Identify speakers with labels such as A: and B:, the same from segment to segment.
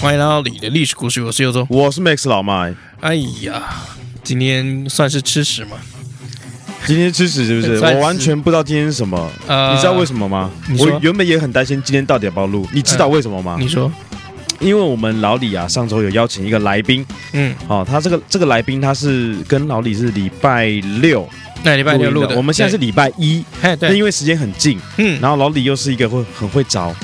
A: 欢迎来到你的历史故事，我是悠周。
B: 我是 Max 老麦，
A: 哎呀，今天算是吃屎吗？
B: 今天吃屎是不 是？
A: 算是
B: 我完全不知道今天是什么，
A: 呃
B: 你知道为什么吗
A: 你？说呃
B: 我原本也很担心今天到底要不要录，你知道为什么吗？
A: 你说，
B: 因为我们老李啊，上周有邀请一个来宾，
A: 嗯，
B: 哦，他这个这个来宾他是跟老李是礼拜六
A: 那礼拜六
B: 音
A: 录的，
B: 我们现在是
A: 对，
B: 礼拜一，
A: 哎
B: 那
A: 对，
B: 因为时间很近，
A: 嗯，
B: 然后老李又是一个会很会找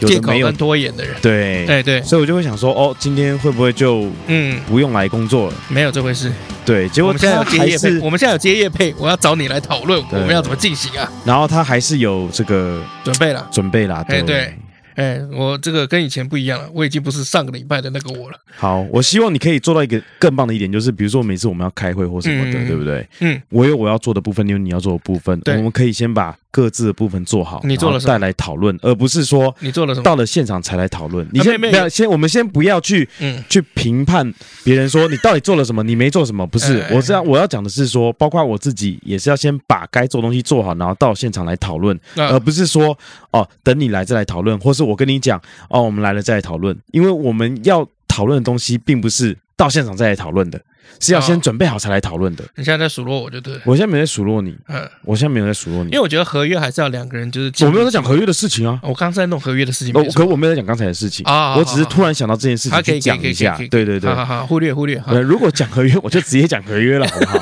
B: 有
A: 借
B: 的
A: 口
B: 没有
A: 跟，拖延的人，
B: 对，
A: 对对，
B: 所以我就会想说，哦，今天会不会就
A: 嗯，
B: 不用来工作了？
A: 没有这回事。
B: 对，结
A: 我
B: 果
A: 们现在
B: 他
A: 有接
B: 还
A: 业配，
B: 是，
A: 我们现在有接业配，我要找你来讨论我
B: 对
A: 们要怎么进行啊？
B: 然后他还是有这个
A: 准备了，
B: 准备啦。
A: 哎对，哎，我这个跟以前不一样了，我已经不是上个礼拜的那个我了。
B: 好，我希望你可以做到一个更棒的一点，就是比如说每次我们要开会或什么的，
A: 嗯
B: 对不对？
A: 嗯，
B: 我有我要做的部分，你有你要做的部分，
A: 对
B: 我们可以先把各自的部分做好，
A: 你做了
B: 然后
A: 什么
B: 再来讨论，而不是说
A: 你做了什么？
B: 到了现场才来讨论。你
A: 啊
B: 先
A: 没
B: 不
A: 有
B: 要先，我们先不要去
A: 嗯，
B: 去评判别人说你到底做了什么，你没做什么，不是
A: 哎？
B: 我这样我要讲的是说，包括我自己也是要先把该做的东西做好，然后到现场来讨论，而
A: 那
B: 不是说哦等你来再来讨论，或是我跟你讲哦我们来了再来讨论，因为我们要讨论的东西并不是到现场再来讨论的，是要先
A: 哦
B: 准备好才来讨论的。
A: 你现在在数落我就对了，
B: 我现在没有在数落你，
A: 嗯，
B: 我现在没有在数落
A: 因
B: 你
A: 为，我觉得合约还是要两个人就是哦
B: 我没有在讲合约的事情啊。
A: 我刚才在弄合约的事情，
B: 哦
A: 没，错
B: 可我没有在讲刚才的事情
A: 啊好
B: 我只是
A: 好好
B: 突然想到这件事
A: 好
B: 情
A: 可以
B: 去讲
A: 可以
B: 一下
A: 可以可以。
B: 对对对
A: 好，好好，忽略忽略，好
B: 呃，，如果讲合约，我就直接讲合约了，好不好？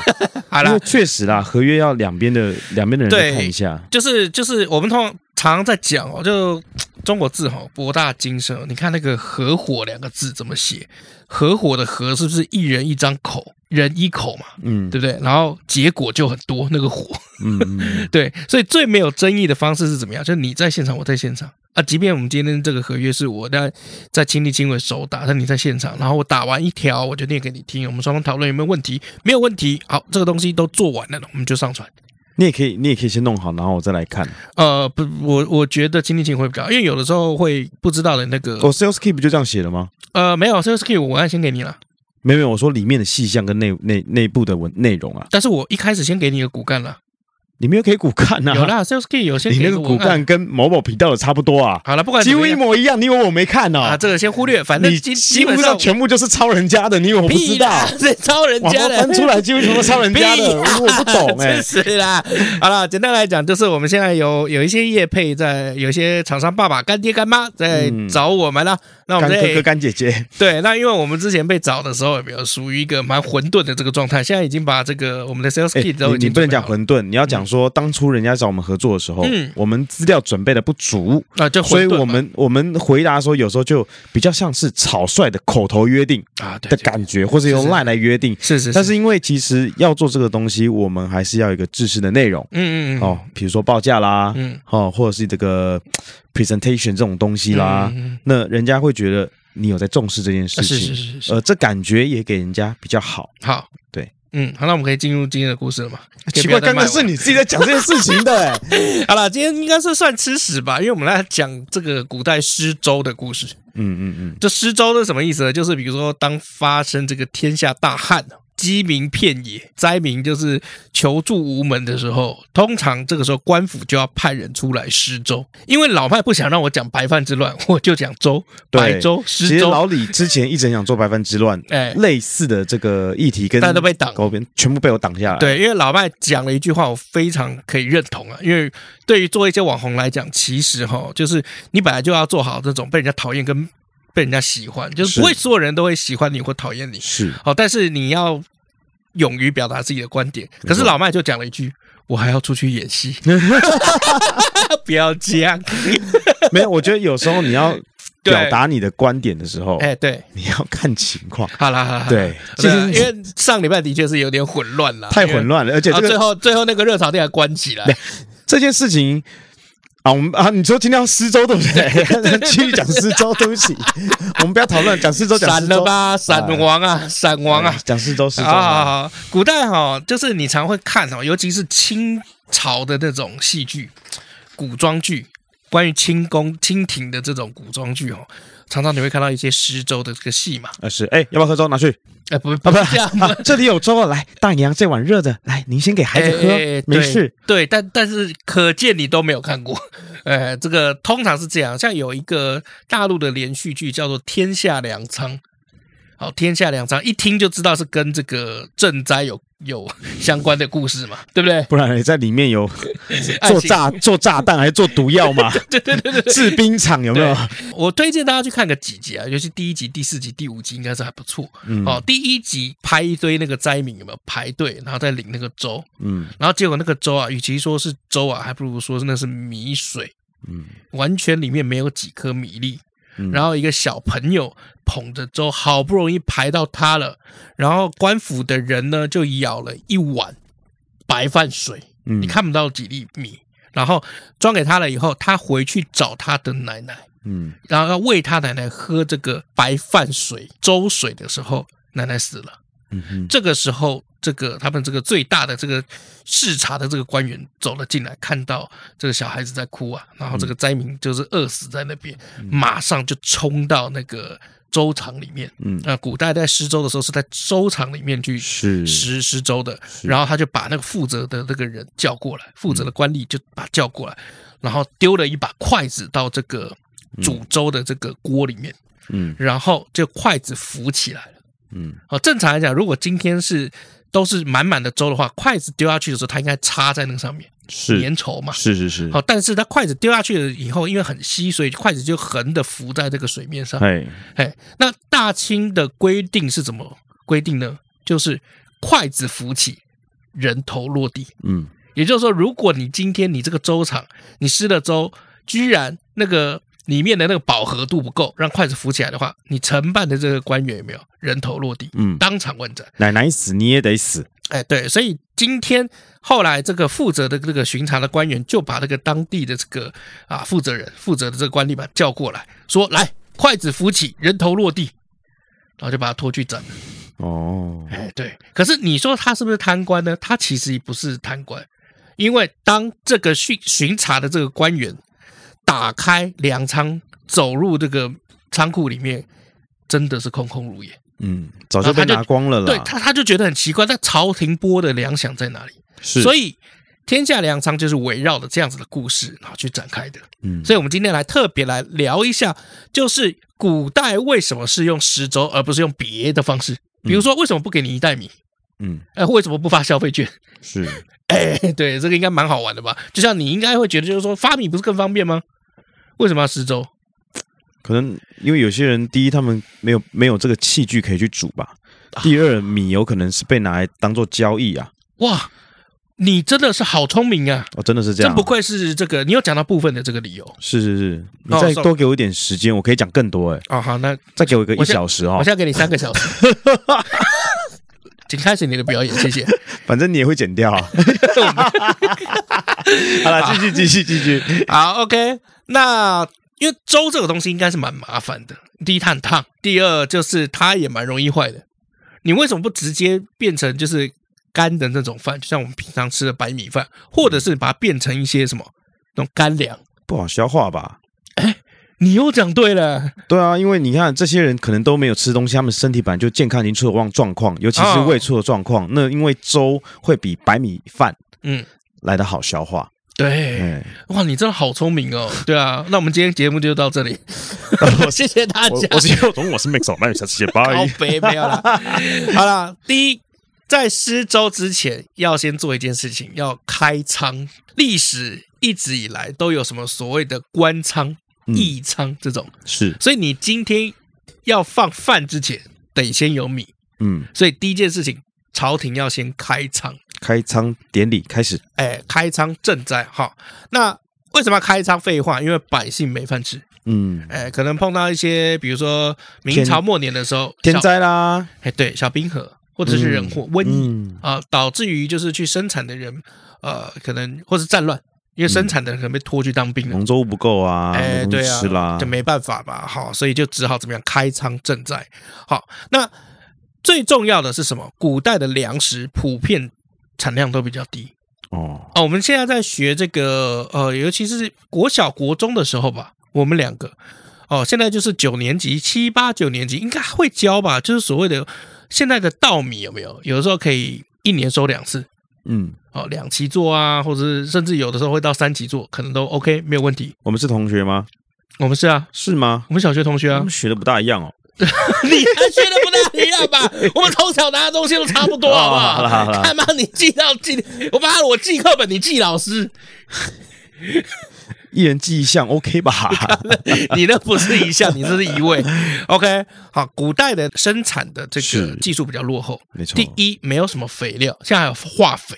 A: 好
B: 因
A: 了
B: 为，确实啦，合约要两边的两边的人
A: 对
B: 都看一下。
A: 就是就是我们通常常在讲哦，就中国字哈、哦、博大精深哦、你看那个“合伙”两个字怎么写？合伙的“合”是不是一人一张口，人一口嘛，
B: 嗯
A: 对不对？然后结果就很多，那个“火
B: 嗯嗯”，
A: 对，所以最没有争议的方式是怎么样？就是你在现场，我在现场啊。即便我们今天这个合约是我在在亲力亲为手打，但你在现场，然后我打完一条，我就念给你听，我们双方讨论有没有问题？没有问题，好，这个东西都做完了，我们就上传。
B: 你也可以，你也可以先弄好，然后我再来看。
A: 呃，不，我我觉得亲力亲为比较好，因为有的时候会不知道的那个，
B: 我哦 sales key 不就这样写的吗？
A: 呃，没有 sales key 我文案先给你了，
B: 没有，没有，我说里面的细项跟内内内部的文内容啊，
A: 但是我一开始先给你一个骨干了，
B: 你们又可以骨干呐、
A: 有，啦 sales key 有先
B: 啊你
A: 给
B: 那
A: 一
B: 个骨
A: 文案，
B: 干跟某某频道的差不多啊，
A: 好了，不管
B: 几
A: 怎
B: 乎
A: 么
B: 一
A: 样
B: 模一样。你以为我没看哦？
A: 啊，这个先忽略，反正
B: 你
A: 基
B: 几
A: 基
B: 乎
A: 本
B: 上
A: 上啊
B: 全部就是抄人家的，你以为我不知
A: 屁
B: 道？
A: 啦，这抄人
B: 网
A: 家
B: 络
A: 的
B: 翻。出来几乎全部抄人家的，
A: 屁啦
B: 我不懂哎、
A: 真 啊是啦，好了，简单来讲，就是我们现在有有一些业配在，有一些厂商爸爸、干爹、干妈在
B: 嗯
A: 找我们了、那我
B: 干
A: 们
B: 哥哥
A: 在
B: 干姐姐，
A: 对，那因为我们之前被找的时候，有没有属于一个蛮混沌的这个状态？现在已经把这个我们的 sales
B: 哎
A: kit 都已
B: 你你
A: 经
B: 不
A: 准备好了、
B: 能讲混沌，你要讲说当初人家找我们合作的时候，
A: 嗯
B: 我们资料准备的不足，
A: 啊，就
B: 所以
A: 混沌嘛
B: 我们我们回答说有时候就比较像是草率的口头约定
A: 啊对
B: 的
A: 对
B: 感觉，或是
A: 是
B: 用
A: 是
B: 赖来约定。
A: 是是，
B: 但是因为其实要做这个东西，我们还是要有一个制式的内容
A: 嗯嗯嗯
B: 哦，比如说报价啦，
A: 嗯
B: 哦，或者是这个 presentation 这种东西啦，
A: 嗯嗯
B: 那人家会觉得你有在重视这件事
A: 嗯是
B: 情
A: 是，是是
B: 呃，这感觉也给人家比较好。
A: 好
B: 对。哎
A: 嗯，好，那我们可以进入今天的故事了嘛？可以
B: 奇
A: 不要
B: 怪，
A: 再
B: 刚刚
A: 卖我
B: 是你自己在讲这件事情的、哎
A: 好了，今天应该是算吃屎吧，因为我们来讲这个古代失州的故事。
B: 嗯嗯嗯，
A: 这失州是什么意思呢？就是比如说，当发生这个天下大旱，饥民遍野，灾民就是求助无门的时候，通常这个时候官府就要派人出来施州，因为老麦不想让我讲白饭之乱，我就讲州，
B: 对
A: 白州
B: 其
A: 施
B: 实
A: 州，
B: 老李之前一直很想做白饭之乱，
A: 哎，
B: 类似的这个议题跟
A: 但都被挡
B: 狗边全部被我挡下来。，
A: 对，因为老麦讲了一句话，我非常可以认同啊。因为对于做一些网红来讲，其实哈，就是你本来就要做好这种被人家讨厌跟被人家喜欢，就是
B: 是
A: 不会所有人都会喜欢你或讨厌你。
B: 是
A: 好，但是你要勇于表达自己的观点。可是
B: 错
A: 老麦就讲了一句：“我还要出去演戏。”不要这样，
B: 没有。我觉得有时候你要
A: 对
B: 表达你的观点的时候，
A: 哎，对，
B: 你要看情况。
A: 好啦好啦，好啦，
B: 对，其
A: 对啊因
B: 实
A: 为上礼拜的确是有点混乱了，
B: 太混乱了，而且
A: 因为。
B: 这
A: 啊，最
B: 个
A: 后最后那个热炒店还关起来，
B: 这件事情。啊，我们啊，你说今天要失周对不对？继续讲失周，对不 起，我们不要讨论讲失周，讲
A: 闪
B: 失
A: 了
B: 周，
A: 吧，闪王啊，闪王啊
B: 哎，讲失周，失周，
A: 啊好，好好古代哈、就是你常会看哦，尤其是清朝的那种戏剧、古装剧，关于清宫、清廷的这种古装剧哦，常常你会看到一些施粥的这个戏嘛。
B: 二十，哎，要不要喝粥？拿去
A: 哎、不
B: 啊，
A: 不
B: 不
A: 是这样吗
B: 啊，这里有粥啊，来，大娘这碗热的，来，您先给孩子喝
A: 哎哎哎，
B: 没
A: 对
B: 事，
A: 对，但但是可见你都没有看过， 呃，这个通常是这样，像有一个大陆的连续剧叫做《天下粮仓》，好，《天下粮仓》一听就知道是跟这个赈灾有有 相关的故事嘛，对不对？
B: 不然你在里面有
A: 爱
B: 做
A: 情
B: 炸做炸弹还是做毒药嘛？
A: 对对对对对，
B: 制冰厂有没有？
A: 我推荐大家去看个几集啊，尤其第一集、第四集、第五集应该是还不错。
B: 嗯
A: 哦，第一集拍一堆那个灾民有没有排队，然后再领那个粥，
B: 嗯
A: 然后结果那个粥啊，与其说是粥啊，还不如说那是米水，
B: 嗯，
A: 完全里面没有几颗米粒。
B: 嗯
A: 然后一个小朋友捧着粥，好不容易排到他了，然后官府的人呢就舀了一碗白饭水，
B: 嗯
A: 你看不到几粒米，然后装给他了以后，他回去找他的奶奶。
B: 嗯，
A: 然后要喂他奶奶喝这个白饭水、粥水的时候，奶奶死了。
B: 嗯哼
A: 这个时候，这个他们这个最大的这个视察的这个官员走了进来，看到这个小孩子在哭啊，然后这个灾民就是饿死在那边，
B: 嗯
A: 马上就冲到那个粥厂里面。
B: 嗯
A: 那古代在施粥的时候是在粥厂里面去
B: 是
A: 施施粥的，然后他就把那个负责的那个人叫过来，负责的官吏就把他叫过来，然后丢了一把筷子到这个煮粥的这个锅里面，
B: 嗯
A: 然后这筷子浮起来了。
B: 嗯
A: 哦，正常来讲，如果今天是都是满满的粥的话，筷子丢下去的时候，它应该插在那个上面
B: 是
A: 粘稠嘛。
B: 是是是
A: 好，，但是它筷子丢下去了以后，因为很稀，所以筷子就横的浮在这个水面上。
B: 哎
A: 哎，那大清的规定是怎么规定呢？就是筷子浮起，人头落地。
B: 嗯
A: 也就是说，如果你今天你这个粥厂你施了粥，居然那个里面的那个饱和度不够，让筷子浮起来的话，你承办的这个官员有没有人头落地？
B: 嗯，
A: 当场问斩。
B: 奶奶死你也得死，
A: 哎，对，所以今天后来这个负责的这个巡查的官员就把那个当地的这个啊负责人、负责的这个官吏把他叫过来，说来筷子扶起，人头落地，然后就把他拖去斩。
B: 哦，
A: 哎，对。可是你说他是不是贪官呢？他其实也不是贪官，因为当这个巡巡查的这个官员打开粮仓，走入这个仓库里面，真的是空空如也。
B: 嗯，早就被
A: 啊然后他就
B: 拿光了
A: 对
B: 啦，
A: 他，他就觉得很奇怪，那朝廷拨的粮饷在哪里？
B: 是，
A: 所
B: 以
A: 以天下粮仓就是围绕着这样子的故事，然后去展开的。
B: 嗯
A: 所以我们今天来特别来聊一下，就是古代为什么是用十周，而不是用别的方式？比如说，为什么不给你一袋米？
B: 嗯
A: 呃，为什么不发消费券？
B: 是，
A: 哎，对，这个应该蛮好玩的吧？就像你应该会觉得，就是说发米不是更方便吗？为什么要十周？
B: 可能因为有些人第一他们没有没有这个器具可以去煮吧，
A: 啊
B: 第二米有可能是被拿来当做交易啊，
A: 哇，你真的是好聪明啊！
B: 哦，真的是这样
A: 真
B: 啊
A: 不，愧是这个，你有讲到部分的这个理由
B: 是是是，你
A: 哦
B: 再
A: ，so-
B: 多给我一点时间，我可以讲更多哎，
A: 啊。好，那
B: 再给我一个
A: 我
B: 一
A: 现
B: 小时哦
A: 我现，在给你三个小时， 请开始你的表演，谢谢。
B: 反正你也会剪掉啊。好了，继续继续继续。
A: 好，OK，那因为粥这个东西应该是蛮麻烦的，第一它很烫，第二就是它也蛮容易坏的。你为什么不直接变成就是干的那种饭，就像我们平常吃的白米饭，或者是把它变成一些什么那种干粮？
B: 不好消化吧？
A: 你又讲对了，
B: 对啊，因为你看这些人可能都没有吃东西，他们身体本来就健康已经出了状状况，尤其是
A: 哦
B: 胃出了状况。那因为粥会比白米饭
A: 嗯，
B: 来的好消化。
A: 哦对，
B: 哎，
A: 哇，你真的好聪明哦，对啊，那我们今天节目就到 这里，谢谢大家，
B: 是幼童，我是 Mix，那下次见，
A: 好。悲，没有啦。好啦，第一，在施粥之前要先做一件事情，要开仓。历史一直以来都有什么所谓的官仓、
B: 嗯
A: 义仓这种，
B: 是，
A: 所以你今天要放饭之前，得先有米。
B: 嗯，
A: 所以第一件事情，朝廷要先开仓，
B: 开仓典礼开始。
A: 哎，开仓赈灾哈。那为什么要开仓？废话，因为百姓没饭吃。
B: 嗯，
A: 哎，可能碰到一些，比如说明朝末年的时候，
B: 天
A: 小，
B: 灾啦，
A: 哎，对，小冰河或者是人祸、瘟疫
B: 嗯
A: 啊、导致于就是去生产的人，呃，可能或是战乱，因为生产的人可能被拖去当兵了。
B: 嗯农作物不够啊，
A: 哎，
B: 没东
A: 对
B: 西吃啦
A: 啊，就，没办法嘛，好，所以就只好怎么样开仓赈灾。好，那最重要的是什么？古代的粮食普遍产量都比较低
B: 哦，
A: 哦。我们现在在学这个呃，尤其是国小国中的时候吧，我们两个哦，现在就是九年级、七八九年级应该会教吧，就是所谓的现在的稻米有没有？有的时候可以一年收两次。
B: 嗯，
A: 哦，两期做啊，或者是甚至有的时候会到三期做，可能都 OK，没有问题。
B: 我们是同学吗？
A: 我们是啊，
B: 是吗？
A: 我们小学同学
B: 我
A: 啊
B: 们，学的不大一样哦。
A: 你还学的不大一样 吧？我们从小拿的东西都差不多，好不
B: 哦好了好了
A: 好？看嘛，你记到记，我妈我记课本，你记老师，
B: 一人记一项，OK 吧？
A: 你那不是一项，你这是一 位。OK，好，古代的生产的这
B: 是
A: 个技术比较落后，
B: 没错。
A: 第一没有什么肥料，现在还有化肥，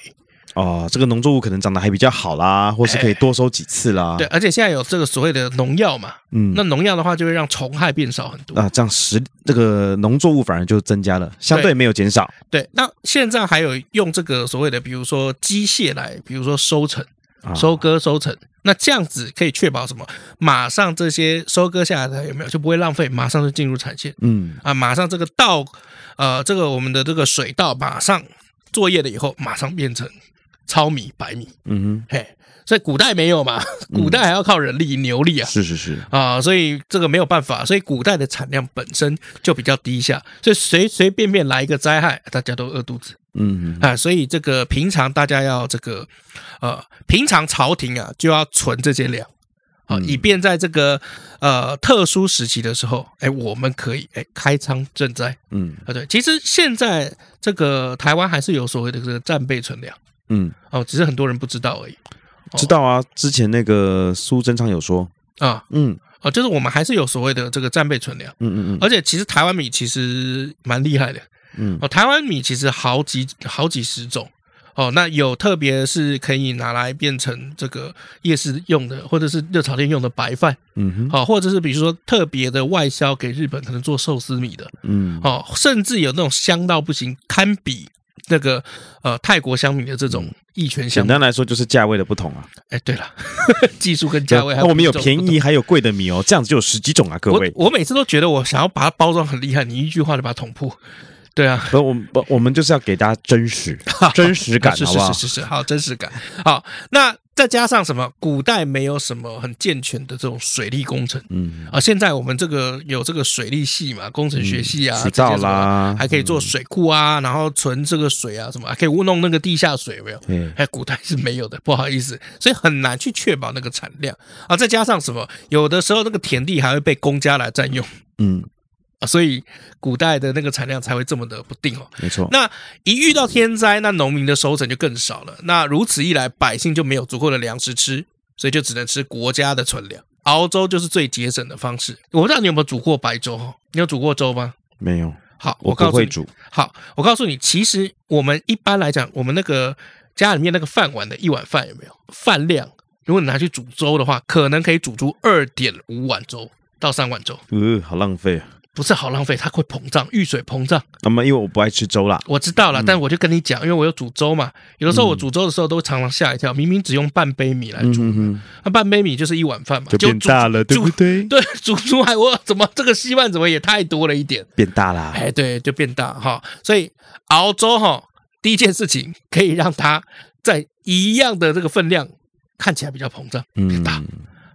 B: 哦，这个农作物可能长得还比较好啦，或是可以多收几次啦。
A: 哎对，，而且现在有这个所谓的农药嘛，
B: 啊嗯
A: 那，农药的话就会让虫害变少很多。
B: 啊，这样食这个农作物反而就增加了，相对没有减少。
A: 对，那现在还有用这个所谓的，比如说机械来，比如说收成、
B: 啊
A: 收割、收成。那这样子可以确保什么？马上这些收割下来的有没有就不会浪费，马上就进入产线
B: 嗯，
A: 啊！马上这个稻，呃，这个我们的这个水稻，马上作业了以后，马上变成糙米、白米。
B: 嗯
A: 嘿，所以古代没有嘛，古代还要靠人力、牛力啊
B: 哼，。是是是，
A: 啊、所以这个没有办法，所以古代的产量本身就比较低下，所以随随便便来一个灾害，大家都饿肚子。
B: 嗯哼，
A: 啊，所以这个平常大家要这个，呃，平常朝廷啊就要存这些粮，啊，以便在这个呃特殊时期的时候，哎，我们可以哎开仓赈灾
B: 嗯
A: 啊。对，其实现在这个台湾还是有所谓的这个战备存粮
B: 嗯，
A: 哦，只是很多人不知道而已
B: 知道啊。之前那个苏贞昌有说，
A: 啊。
B: 嗯
A: 哦，就是我们还是有所谓的这个战备存粮，
B: 嗯嗯嗯
A: 而且其实台湾米其实蛮厉害的，
B: 嗯，
A: 哦，台湾米其实好几好几十种哦，那有特别是可以拿来变成这个夜市用的，或者是热炒店用的白饭，
B: 嗯哼，
A: 哦，或者是比如说特别的外销给日本，可能做寿司米的，
B: 嗯
A: 哦，甚至有那种香到不行，堪比那个呃泰国香米的这种一拳香
B: 嗯简
A: 米。
B: 单来说就是价位的不同啊。
A: 哎，对了， 技术跟价位还
B: 那我们有
A: 不同
B: 便。宜，还有贵的米哦，这样子就有十几种啊，各
A: 我
B: 位。
A: 我每次都觉得我想要把它包装很厉害，你一句话就把它捅破。对啊，
B: 不，我们不，我们就是要给大家真 实、真实感，
A: 是
B: 好不好
A: 是？是是是，好真实感。好，那再加上什么？古代没有什么很健全的这种水利工程
B: 嗯，
A: 啊，现在我们这个有这个水利系嘛，工程学系
B: 嗯
A: 啊，
B: 渠
A: 这些
B: 道
A: 什么
B: 啦嗯
A: 还可以做水库啊，然后存这个水啊，什么还可以弄那个地下水，有没有？
B: 对，
A: 哎，古代是没有的，不好意思，所以很难去确保那个产量啊。再加上什么，有的时候那个田地还会被公家来占用
B: 嗯，
A: 啊，所以古代的那个产量才会这么的不定哦。
B: 没错。
A: 那一遇到天灾，那农民的收成就更少了。那如此一来，百姓就没有足够的粮食吃，所以就只能吃国家的存粮。熬粥就是最节省的方式。我不知道你有没有煮过白粥哦？你有煮过粥吗？
B: 没有，
A: 好，
B: 我
A: 告
B: 不
A: 诉
B: 会
A: 你，
B: 煮。
A: 好，我告诉你，其实我们一般来讲，我们那个家里面那个饭碗的一碗饭有没有饭量？如果你拿去煮粥的话，可能可以煮出二点五碗粥到三碗粥，
B: 呃，好浪费啊。
A: 不是好浪费，它会膨胀，遇水膨胀。
B: 那么，因为我不爱吃粥啦，
A: 我知
B: 嗯
A: 道了，但我就跟你讲，因为我有煮粥嘛，有的时候我煮粥的时候都常常吓一跳，明明只用半杯米来
B: 嗯
A: 煮，
B: 哼哼，
A: 那半杯米哦就是一碗饭嘛，
B: 就变
A: 煮
B: 大了，对
A: 煮
B: 不对？
A: 对，煮出来我怎么这个稀饭怎么也太多了一点？
B: 变大啦。
A: 哎，对，就变大哈。所以熬粥哈，第一件事情可以让它在一样的这个分量看起来比较膨胀，
B: 嗯
A: 大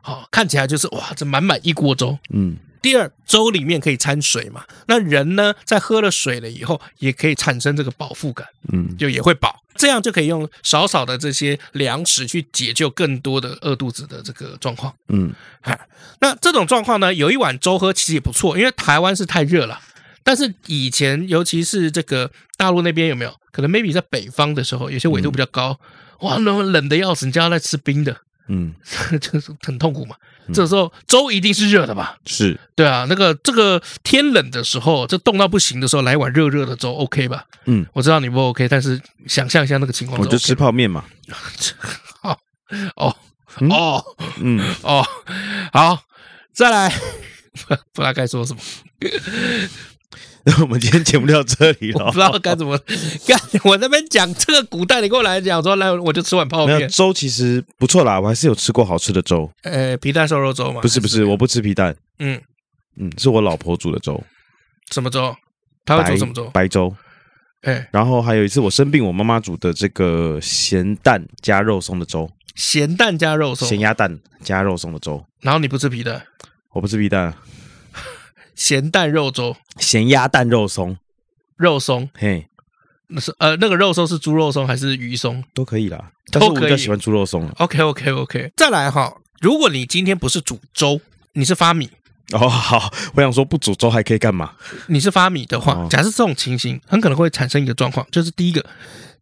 A: 好看起来就是哇，这满满一锅粥。
B: 嗯，
A: 第二，粥里面可以掺水嘛，那人呢在喝了水了以后，也可以产生这个饱腹感。
B: 嗯，
A: 就也会饱，这样就可以用少少的这些粮食去解救更多的饿肚子的这个状况。
B: 嗯，
A: 哈， 那这种状况呢，有一碗粥喝其实也不错，因为台湾是太热了。但是以前，尤其是这个大陆那边有没有可能？maybe 在北方的时候，有些
B: 嗯
A: 纬度比较高，哇，那么冷的要死，你叫他来吃冰的，
B: 嗯，
A: 就是很痛苦嘛。这时候粥一定是热的吧？
B: 是
A: 对啊，那个这个天冷的时候，这冻到不行的时候，来一碗热热的粥，OK 吧？
B: 嗯，
A: 我知道你不 OK，但是想象一下那个情况
B: 我
A: 是 OK
B: 就
A: 的，
B: 吃泡面嘛。
A: 哦
B: 嗯
A: 哦
B: 嗯，
A: 哦，好，再来， 不不知道该说什么，
B: 那我们今天节目就到这里
A: 我
B: 了
A: 不。知道该怎么 干。我那边讲这个古代，你给我来讲说，来我就吃碗泡
B: 没有
A: 面，
B: 粥其实不错啦，我还是有吃过好吃的粥。
A: 呃，皮蛋瘦肉粥嘛？
B: 不是不是，我不吃皮蛋，
A: 嗯，
B: 嗯，是我老婆煮的粥，
A: 什么粥？他会
B: 白
A: 煮什么粥？
B: 白粥。
A: 哎，
B: 然后还有一次我生病，我妈妈煮的这个咸蛋加肉松的粥，
A: 咸蛋加肉松
B: 咸，鸭蛋加肉松的粥。
A: 然后你不吃皮蛋，
B: 我不吃皮蛋，
A: 咸蛋肉粥，
B: 咸鸭蛋肉松，
A: 肉松
B: 嘿，
A: 那是呃那个肉松是猪肉松还是鱼松
B: 都可以啦。
A: 都
B: 但是我比
A: 可
B: 较
A: 以
B: 喜欢猪肉松啊了。
A: ？OK OK OK，再来哈，如果你今天不是煮粥，你是发米，
B: 哦，好，我想说不煮粥还可以干嘛？
A: 你是发米的话，
B: 哦
A: 假设这种情形很可能会产生一个状况，就是第一个，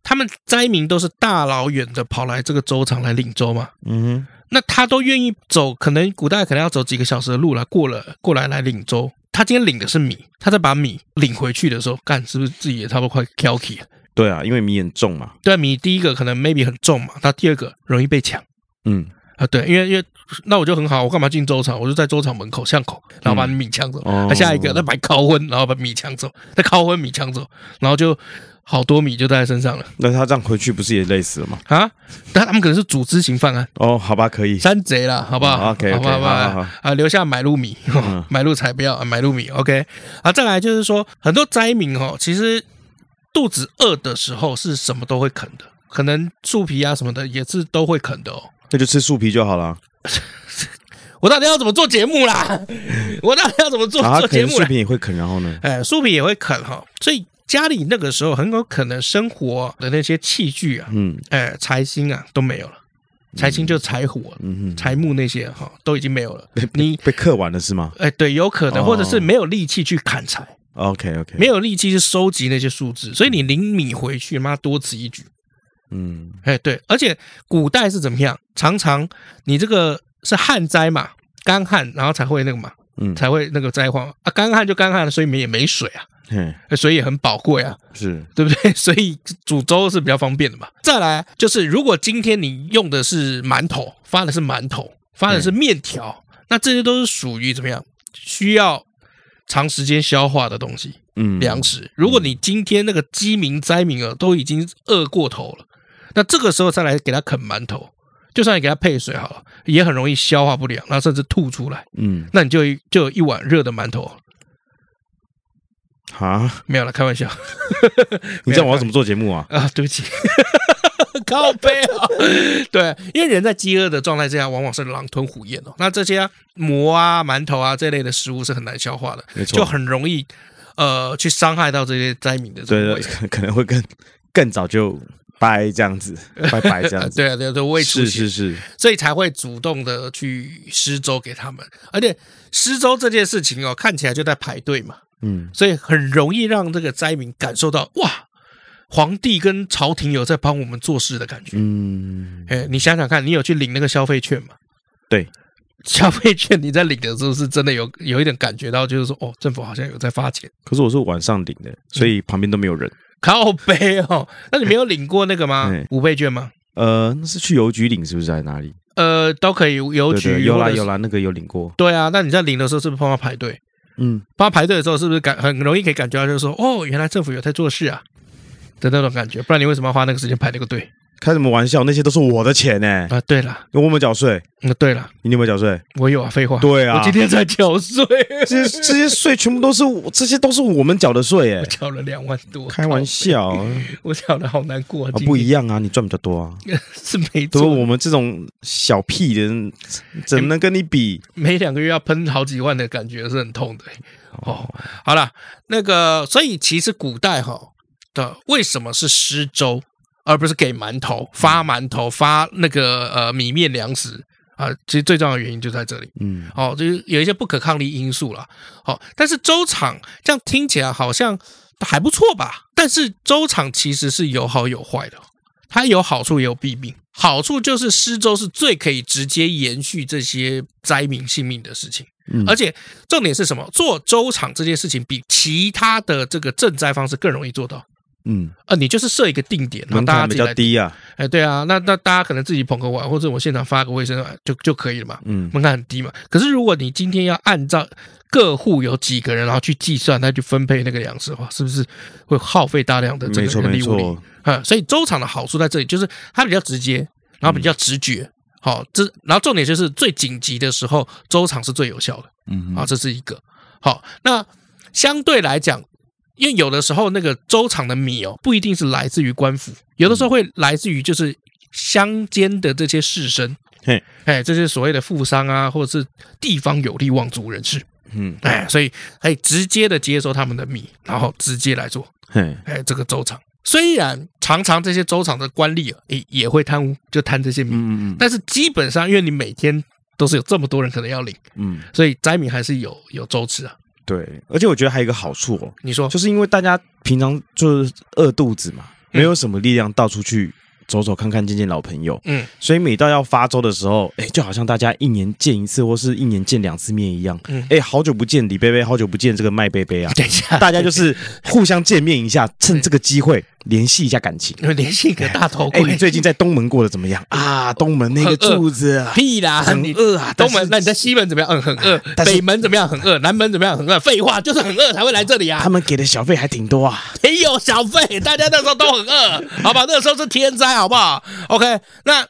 A: 他们灾民都是大老远的跑来这个州场来领州嘛，
B: 嗯哼，
A: 那他都愿意走，可能古代可能要走几个小时的路来过了过来来领州。他今天领的是米，他再把米领回去的时候，干是不是自己也差不多快挑起了？
B: 对啊，因为米很重嘛。
A: 对啊，米第一个可能 maybe 很重嘛，那第二个容易被抢
B: 嗯，
A: 啊。对，因为因为那我就很好，我干嘛进州场？我就在州场门口巷口，然后把米抢走。
B: 哦
A: 那下一个，那买烤荤，然后把米抢走，再烤荤米抢走，然后就好多米就带在身上了
B: 那他这样回去不是也累死了吗？
A: 啊！但他们可能是组织型啊犯案，
B: 哦，好吧，可以。
A: 山贼啦，好不
B: 嗯
A: 好、
B: ，OK，OK，
A: 好不好？
B: 好好
A: 不
B: 好
A: 啊，留下买路米，
B: 嗯
A: 买路彩票，啊买路米，OK。啊，再来就是说，很多灾民哦，其实肚子饿的时候是什么都会啃的，可能树皮啊什么的也是都会啃的哦。
B: 那就吃树皮就好了。
A: 我到底要怎么做节目啦？ 我到底要怎么做、
B: 啊，
A: 做
B: 可
A: 节
B: 能
A: 目
B: 树
A: 啦？
B: 皮也会啃，然后呢？
A: 哎，树皮也会啃哈、所以家里那个时候很有可能生活的那些器具啊，
B: 嗯
A: 哎，柴薪啊都没有了，柴薪就是柴火、
B: 嗯哼，
A: 柴木那些哈、都已经没有了。
B: 嗯
A: 你
B: 被刻完了是吗
A: 哎，对，有可能，
B: 哦
A: 或者是没有力气去砍柴，
B: ？OK OK，
A: 没有力气去收集那些树枝，所以你领米回去，妈多此一举。
B: 嗯
A: 哎，对，而且古代是怎么样？常常你这个是旱灾嘛，干旱，然后才会那个嘛，
B: 嗯，
A: 才会那个灾荒嘛啊。干旱就干旱了，所以也没水啊，
B: 嘿
A: 水也很宝贵啊，
B: 是
A: 对不对？ 所以煮粥是比较方便的嘛。再来就是，如果今天你用的是馒头，发的是馒头，发的是面条，那这些都是属于怎么样？需要长时间消化的东西，
B: 嗯
A: 粮食。如果你今天那个饥民灾民啊都已经饿过头了，那这个时候再来给他啃馒头，就算你给他配水好了，也很容易消化不良，然后甚至吐出来，
B: 嗯
A: 那你就就有一碗热的馒头。
B: 哈，
A: 没有了，开玩笑。
B: 你这样我要怎么做节目啊？
A: 啊，对不起， 靠背啊，对，因为人在饥饿的状态之下，往往是狼吞虎咽哦。那这些馍啊、馒头啊这类的食物是很难消化的，
B: 没
A: 就
B: 错，
A: 很容易呃去伤害到这些灾民的这个
B: 对
A: 胃
B: 对，可可能会更更早就拜这样 子，拜拜这
A: 啊
B: 样子，
A: 对啊，对啊，对啊，胃出
B: 是
A: 血，
B: 是是，
A: 所以才会主动的去施粥给他们。而且施粥这件事情哦，看起来就在排队嘛，
B: 嗯
A: 所以很容易让这个灾民感受到哇，皇帝跟朝廷有在帮我们做事的感觉。
B: 嗯，
A: 哎，你想想看，你有去领那个消费券吗？
B: 对，
A: 消费券你在领的时候是真的有有一点感觉到，就是说哦，政府好像有在发钱，
B: 可是我是晚上领的，所以旁边都没有人。
A: 靠背哦。那你没有领过那个吗
B: 哎？
A: 五倍券吗？
B: 呃，那是去邮局领是不是？还是哪里？
A: 呃，都可以，邮
B: 对对，
A: 局
B: 有啦
A: 或者是
B: 有啦，那个有领过。
A: 对啊，那你在领的时候是不是碰到排队？
B: 嗯，
A: 碰到排队的时候是不是感很容易可以感觉到，就是说哦，原来政府有在做事啊的那种感觉？不然你为什么要花那个时间排那个队
B: 开什么玩笑？那些都是我的钱 呢、
A: 啊？对了，
B: 我有没有缴税？
A: 那对了，
B: 你有没有缴税？
A: 我有啊，废话，
B: 对啊
A: 我今天才缴税，
B: 这些这些税全部都是我，这些都是我们缴的税欸耶、
A: 缴了两万多，
B: 开玩笑啊，
A: 我想的好难过、啊
B: 啊不一样啊，你赚比较多 啊。
A: 样是没
B: 对
A: 错，
B: 我们这种小屁人，怎么能跟你比？
A: 每两个月要喷好几万的感觉是很痛的、哦，好了，那个，所以其实古代哈的为什么是施粥，而不是给馒头发馒头发那个呃米面粮食啊、其实最重要的原因就在这里。
B: 嗯，
A: 哦，就是有一些不可抗力因素啦。哦，但是州场这样听起来好像还不错吧？但是州场其实是有好有坏的，它有好处也有弊病。好处就是施州是最可以直接延续这些灾民性命的事情，
B: 嗯
A: 而且重点是什么？做州场这件事情比其他的这个赈灾方式更容易做到。
B: 嗯，
A: 啊，你就是设一个定点，然后
B: 门
A: 大家
B: 槛
A: 自
B: 比
A: 己来
B: 较。低啊，
A: 哎，对啊，那那大家可能自己捧个碗，或者我现场发个卫生碗就就可以了嘛，
B: 嗯
A: 门槛很低嘛。可是如果你今天要按照各户有几个人，然后去计算，那去分配那个粮食的话，是不是会耗费大量的这
B: 没
A: 个
B: 错
A: 人
B: 没
A: 力物力
B: 错，
A: 啊？所以周场的好处在这里，就是它比较直接，然后比较
B: 嗯
A: 直觉。好，这然后重点就是最紧急的时候，周场是最有效的。
B: 嗯
A: 啊，这是一个。好，那相对来讲，因为有的时候那个州厂的米哦，不一定是来自于官府，
B: 嗯
A: 有的时候会来自于就是乡间的这些士绅，
B: 嘿，
A: 哎，这些所谓的富商啊，或者是地方有利望族人士，
B: 嗯
A: 哎，所以可以直接的接收他们的米，然后直接来做，
B: 嘿，
A: 哎，这个州厂。虽然常常这些州厂的官吏啊也也会贪污，就贪这些米，
B: 嗯嗯
A: 但是基本上因为你每天都是有这么多人可能要领，
B: 嗯，
A: 所以灾民还是有有周吃啊。
B: 对，而且我觉得还有一个好处哦，
A: 你说
B: 就是因为大家平常就是饿肚子嘛，
A: 嗯
B: 没有什么力量到处去走走看看见见老朋友，
A: 嗯，
B: 所以每到要发粥的时候，哎，就好像大家一年见一次或是一年见两次面一样
A: 嗯，
B: 哎，好久不见李贝贝，好久不见这个麦贝
A: ，
B: 贝啊
A: 等一下，
B: 大家就是互相见面一下，趁这个机会联系一下感情。
A: 你们联系一个大头
B: 哎，
A: 鬼。
B: 你最近在东门过得怎么 样啊？东门那个
A: 嗯很饿
B: 柱子啊，
A: 屁啦，
B: 很
A: 你
B: 饿啊但
A: 东
B: 是哎
A: 门，那你在西门怎么样？嗯，很饿。
B: 但是
A: 北门怎么样？很饿。南门怎么样？很饿。废话，就是很饿才会来这里啊
B: 他。们给的小费还挺多啊。
A: 没有小费，大家那时候都很饿，好吧？那时候是天灾，好不好？OK，那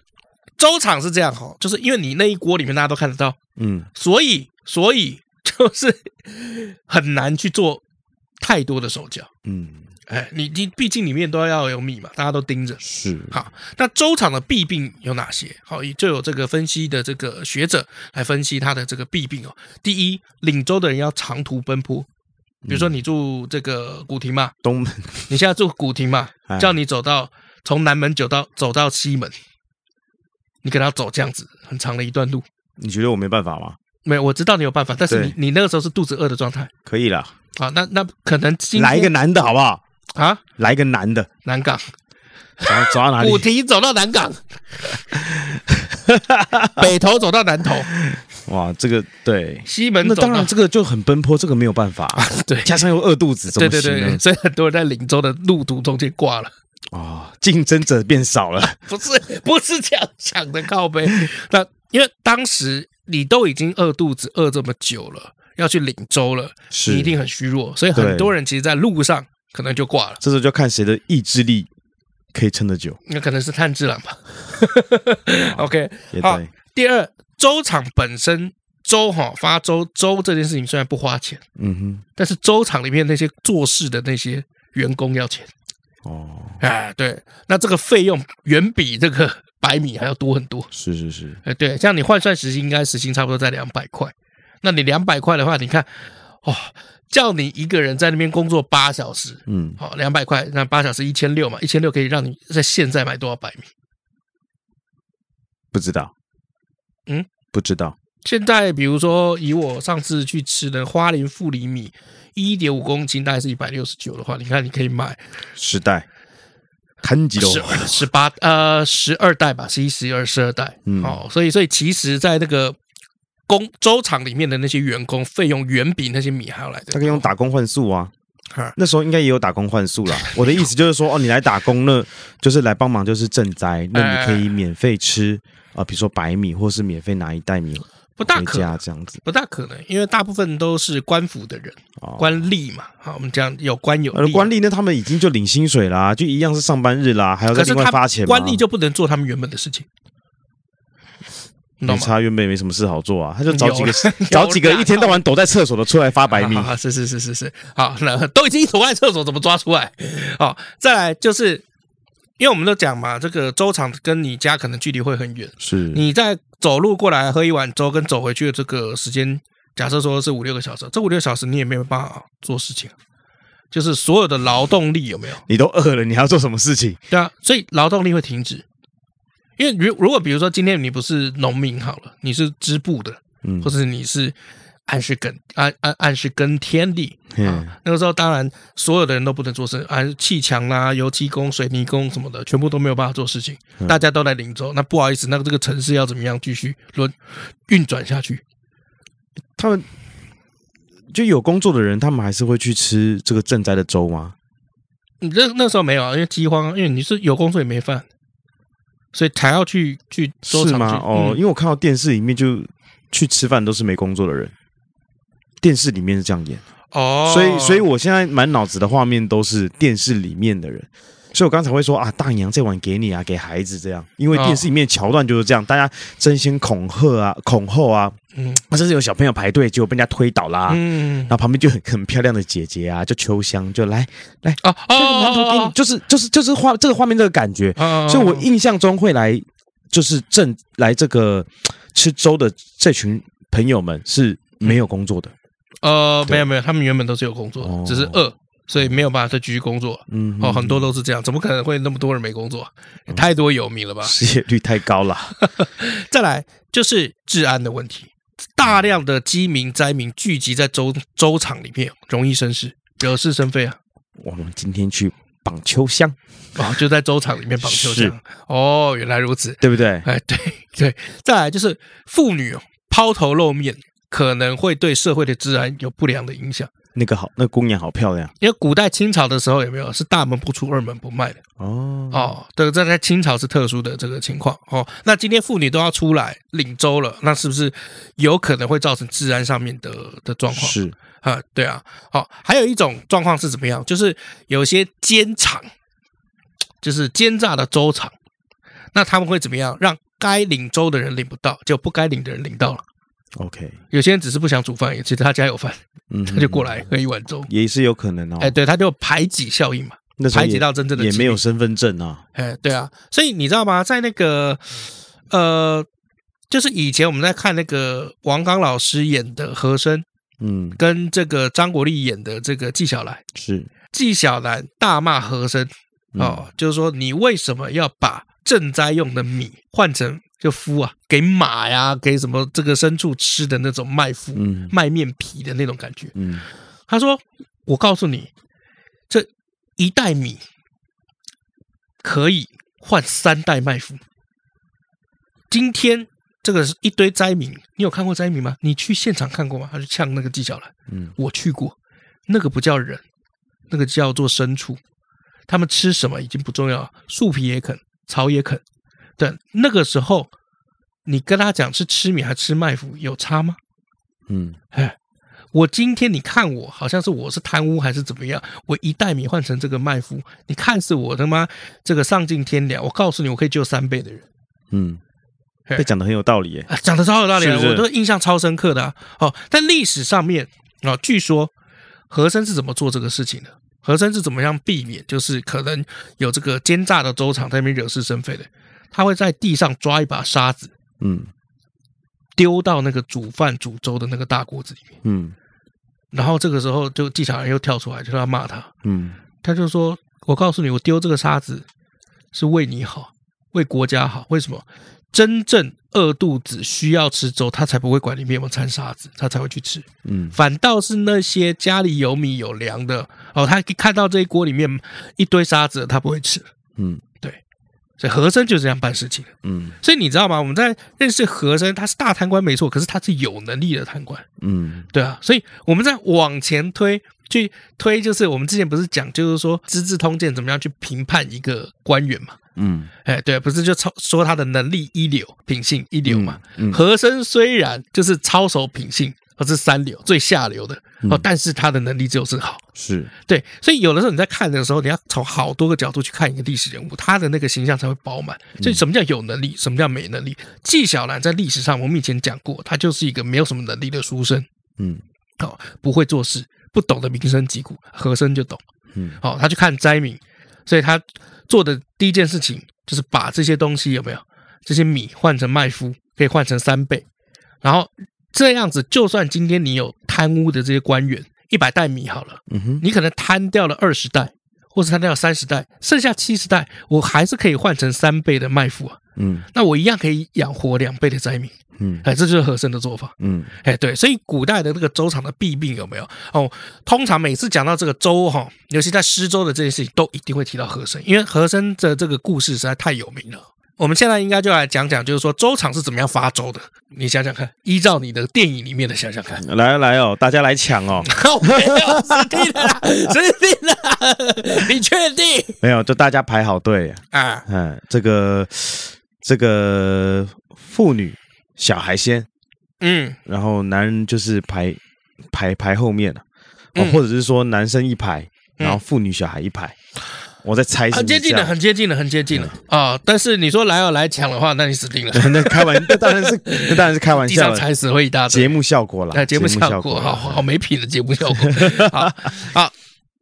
A: 粥厂是这样哈，就是因为你那一锅里面大家都看得到，
B: 嗯
A: 所以所以 就是很难去做太多的手脚。
B: 嗯，
A: 哎，你你毕竟里面都要有米嘛，大家都盯着。
B: 是
A: 好，那周场的弊病有哪些？好，也就有这个分析的这个学者来分析它的这个弊病哦。第一，领州的人要长途奔波，比如说你住这个古亭嘛，
B: 东门，
A: 你现在住古亭嘛
B: 哎，
A: 叫你走到从南门走到走到西门，你给他走这样子很长的一段路。
B: 你觉得我没办法吗？
A: 没有，我知道你有办法，但是你
B: 对
A: 你那个时候是肚子饿的状态
B: 可以啦，
A: 啊，那那可能今天
B: 来一个男的好不好？
A: 啊，
B: 来一个男的，
A: 南港
B: 走到走到哪里
A: 古？亭走到南港， 北头走到南头，
B: 哇，这个对，
A: 西门
B: 那
A: 走到
B: 当然这个就很奔波，这个没有办法，
A: 啊 对
B: 加上又饿肚子，怎
A: 对
B: 么
A: 对
B: 行
A: 对，
B: 呢？
A: 所以很多人在林州的路途中间挂了，
B: 哦，竞争者变少了，
A: 不是不是这样想的靠背。那因为当时你都已经饿肚子饿这么久了，要去领州了，
B: 是
A: 你一定很虚弱，所以很多人其实，在路上可能就挂了。
B: 这时候就看谁的意志力可以撑得久。
A: 那可能是炭治郎吧。OK，
B: 也
A: 好
B: 对，
A: 第二，州厂本身州哈发州州这件事情虽然不花钱，
B: 嗯
A: 但是州厂里面那些做事的那些员工要钱。
B: 哼，哦，
A: 哎，对，那这个费用远比这个白米还要多很多。
B: 是是是，
A: 哎，对，这样你换算时薪，应该时薪差不多在两百块。那你两百块的话，你看，哦，叫你一个人在那边工作八小时，
B: 嗯，
A: 好、哦，两百块，那八小时一千六嘛，一千六可以让你在现在买多少白米？
B: 不知道，
A: 嗯，
B: 不知道，
A: 现在比如说以我上次去吃的花莲富里米，一点五公斤大概是一百六十九的话，你看你可以买
B: 时代，看几
A: 十
B: 楼，
A: 二、十八呃十二代吧，十一、十一二、十二代。
B: 嗯
A: 哦，所以所以其实，在那个工州厂里面的那些员工费用远比那些米还要来
B: 他
A: 的
B: 可以用打工换宿啊。
A: 啊。
B: 那时候应该也有打工换 宿啦。我的意思就是说，哦，你来打工那就是来帮忙，就是赈灾，那
A: 哎
B: 你可以免费吃啊、比如说白米，或是免费拿一袋米
A: 不大
B: 回
A: 可能，
B: 家这样子。
A: 不大可能，因为大部分都是官府的人，
B: 哦
A: 官吏嘛。好，我们讲有官有
B: 而
A: 吏，
B: 官吏呢，他们已经就领薪水啦，就一样是上班日啦，还要再
A: 可是
B: 另外
A: 他
B: 发钱吗
A: 官吏就不能做他们原本的事情，
B: 没
A: 你懂吗？嗯
B: 差，原本也没什么事好做啊，他就找几个
A: 有 啦
B: 找几个
A: 有啦
B: 一天到晚躲在厕所的出来发 白米
A: 好。好好是是是是是，好，那都已经躲在厕所，怎么抓出来？ 好，再来就是，因为我们都讲嘛，这个州厂跟你家可能距离会很远，
B: 是，
A: 你在走路过来喝一碗粥，跟走回去的这个时间，假设说是五六个小时，这五六个小时你也没有办法做事情，就是所有的劳动力有没有？
B: 你都饿了，你还要做什么事情？
A: 对啊，所以劳动力会停止。因为如如果比如说今天你不是农民好了，你是织布的，
B: 嗯
A: 或是你是按时耕按按按时耕田地
B: 嗯
A: 啊，那个时候当然所有的人都不能做事，啊，砌墙啦、油漆工、水泥工什么的，全部都没有办法做事情，大家都来领州，那不好意思，那这个城市要怎么样继续轮运转下去？
B: 他们就有工作的人，他们还是会去吃这个赈灾的粥吗？
A: 你那那时候没有啊，因为饥荒，因为你是有工作也没饭，所以才要去去州
B: 是
A: 厂
B: 吗
A: 去？
B: 哦，
A: 嗯
B: 因为我看到电视里面就去吃饭都是没工作的人，电视里面是这样演，
A: 哦，
B: 所以所以我现在满脑子的画面都是电视里面的人，所以我刚才会说啊，大娘这碗给你啊，给孩子这样，因为
A: 哦
B: 电视里面桥段就是这样，大家争先恐吓啊，恐后啊，
A: 嗯
B: 甚至有小朋友排队，结果被人家推倒啦。
A: 嗯
B: 然后旁边就很很漂亮的姐姐啊，就秋香，就来
A: 哦
B: 这个馒头给你，
A: 哦
B: 就是就是就是画这个画面这个感觉，
A: 哦，
B: 所以我印象中会来就是正来这个吃粥的这群朋友们是没有工作的，
A: 呃
B: 对
A: 没有没有，他们原本都是有工作
B: 哦
A: 的，只是饿，所以没有办法再继续工作。
B: 嗯，
A: 哦，很多都是这样，怎么可能会那么多人没工作？啊太多有名了吧？
B: 失业率太高了，
A: 再来就是治安的问题，大量的饥民灾民聚集在州州场里面，容易生事，惹是生 非啊。
B: 我们今天去绑秋香，
A: 哦，就在州场里面绑秋
B: 是
A: 香。哦，原来如此。
B: 对不对？
A: 哎，对对，再来就是妇女哦抛头露面，可能会对社会的治安有不良的影响。
B: 那个好，那个姑娘好漂亮
A: 因为古代清朝的时候有没有是大门不出二门不迈的
B: 哦，
A: 哦？这个这在清朝是特殊的这个情况哦。那今天妇女都要出来领州了，那是不是有可能会造成治安上面的的状况？
B: 是
A: 啊，对啊，好、还有一种状况是怎么样？就是有些奸厂，就是奸诈的州厂，那他们会怎么样？让该领州的人领不到，就不该领的人领到了。
B: OK，
A: 有些人只是不想煮饭而已，其实他家有饭，
B: 嗯，
A: 他就过来喝一碗粥。
B: 也是有可能哦。
A: 哎，对，他就排挤效应嘛，
B: 那时候
A: 排
B: 也
A: 挤到真正的
B: 也
A: 饥
B: 没有
A: 民
B: 身份证啊，
A: 哎，对啊，所以你知道吗？在那个呃，就是以前我们在看那个王刚老师演的和珅，
B: 嗯，
A: 跟这个张国立演的这个纪晓岚。
B: 是
A: 纪晓岚大骂和珅哦，就是说你为什么要把赈灾用的米换成就麸啊，给马呀，给什么这个牲畜吃的那种麦麸、
B: 嗯
A: 麦面皮的那种感觉？
B: 嗯，
A: 他说：“我告诉你，这一袋米可以换三袋麦麸。今天这个是一堆灾民，你有看过灾民吗？你去现场看过吗？他就呛那个纪晓岚，
B: 嗯，
A: 我去过，那个不叫人，那个叫做牲畜，他们吃什么已经不重要了，树皮也啃，草也啃。对，那个时候你跟他讲是吃米还吃麦麸，有差吗？”
B: 嗯
A: 哎我今天你看我好像是我是贪污还是怎么样？我一袋米换成这个麦麸，你看是我他妈这个丧尽天良！我告诉你，我可以救三倍的人
B: 嗯，
A: 嘿
B: 被讲的很有道理耶，
A: 啊，讲的超有道理啊，
B: 是不是
A: 我都印象超深刻的、啊、哦。但历史上面哦，据说和珅是怎么做这个事情的？和珅是怎么样避免就是可能有这个奸诈的州长在那边惹是生非的？他会在地上抓一把沙子，
B: 嗯
A: 丢到那个煮饭煮粥的那个大锅子里面，
B: 嗯
A: 然后这个时候就纪晓岚又跳出来，就要骂他。
B: 嗯，
A: 他就说：“我告诉你，我丢这个沙子是为你好，为国家好。为什么？真正饿肚子需要吃粥，他才不会管里面有没有掺沙子，他才会去吃。
B: 嗯
A: 反倒是那些家里有米有粮的，哦，他看到这一锅里面一堆沙子，他不会吃。
B: 嗯
A: 所以和珅就这样办事情。
B: 嗯
A: 所以你知道吗？我们在认识和珅，他是大贪官没错，可是他是有能力的贪官。
B: 嗯
A: 对啊，所以我们在往前推，去推就是我们之前不是讲，就是说《资治通鉴》怎么样去评判一个官员嘛？
B: 嗯，
A: 哎，对啊、不是就超说他的能力一流，品性一流嘛？
B: 嗯嗯
A: 和珅虽然就是操守品性哦是三流最下流的哦，
B: 嗯
A: 但是他的能力就是好。
B: 是
A: 对，所以有的时候你在看的时候，你要从好多个角度去看一个历史人物，他的那个形象才会饱满。
B: 嗯
A: 所以什么叫有能力，什么叫没能力？纪晓岚在历史上我们以前讲过，他就是一个没有什么能力的书生。
B: 嗯
A: 哦，不会做事，不懂得民生疾苦，和珅就懂。
B: 嗯，
A: 哦，他去看灾民，所以他做的第一件事情就是把这些东西有没有这些米换成麦麸，可以换成三倍，然后这样子，就算今天你有贪污的这些官员，一百袋米好了，
B: 嗯哼
A: 你可能贪掉了二十袋，或是贪掉三十袋，剩下七十袋，我还是可以换成三倍的麦麸啊，
B: 嗯
A: 那我一样可以养活两倍的灾民。
B: 嗯
A: 哎，这就是和珅的做法。
B: 嗯
A: 哎，对，所以古代的那个州场的弊病有没有？哦，通常每次讲到这个州哈，尤其在施州的这件事情，都一定会提到和珅，因为和珅的这个故事实在太有名了。我们现在应该就来讲讲，就是说州长是怎么样发州的。你想想看，依照你的电影里面的想想 看。
B: 来哦来哦，大家来抢哦！
A: 靠没有死定了啦，死定了啦！你确定
B: 没有，就大家排好队。
A: 啊？
B: 嗯，这个这个妇女小孩先，
A: 嗯，
B: 然后男人就是排排排后面了、哦
A: 嗯
B: 或者是说男生一排，
A: 嗯
B: 然后妇女小孩一排。我在猜是
A: 很
B: 不是
A: 接
B: 这
A: 近的，
B: 样，
A: 很接近的，很接近的啊！但是你说来哦来抢的话，那你死定了，
B: 那嗯开玩，那当然是那当然是开玩
A: 地
B: 笑
A: 上
B: 的，
A: 踩死灰一大堆。
B: 节目效果啦，
A: 哎，节目效果，
B: 啦
A: 好好没品的节目效果。好，好，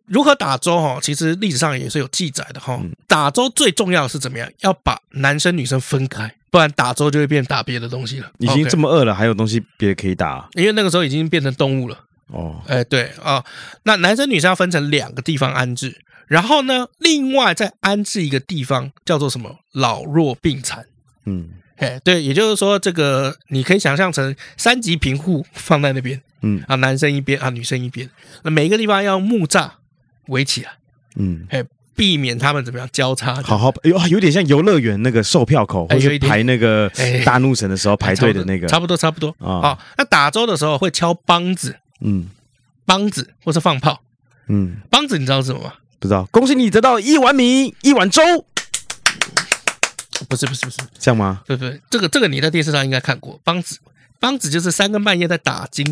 A: 如何打粥哈？其实历史上也是有记载的哈。打粥最重要的是怎么样？要把男生女生分开，不然打粥就会变打别的东西了。
B: 已经
A: OK
B: 这么饿了，还有东西别可以打啊
A: 因为那个时候已经变成动物了。
B: 哦。
A: 哎，对啊、那男生女生要分成两个地方安置，然后呢，另外再安置一个地方叫做什么？老弱病残。
B: 嗯
A: 哎，对，也就是说，这个你可以想象成三级贫户放在那边，
B: 嗯
A: 啊，男生一边啊，女生一边，那每个地方要用木栅围起来，
B: 嗯，
A: 哎，避免他们怎么样交叉。
B: 好好，哎呦，有点像游乐园那个售票口，
A: 哎
B: 或
A: 有
B: 是
A: 一点
B: 排那个
A: 哎
B: 大怒神的时候排队的那个
A: 差不多，差不多。
B: 啊
A: 啊，那打粥的时候会敲梆子、
B: 嗯
A: 梆子或是放炮。
B: 嗯，
A: 梆子你知道是什么吗？
B: 不知道。恭喜你得到一碗米、一碗粥，
A: 不是，不是，不是，
B: 这样吗？
A: 不是，不是，这个这个你在电视上应该看过。梆子，梆子就是三更半夜在打金，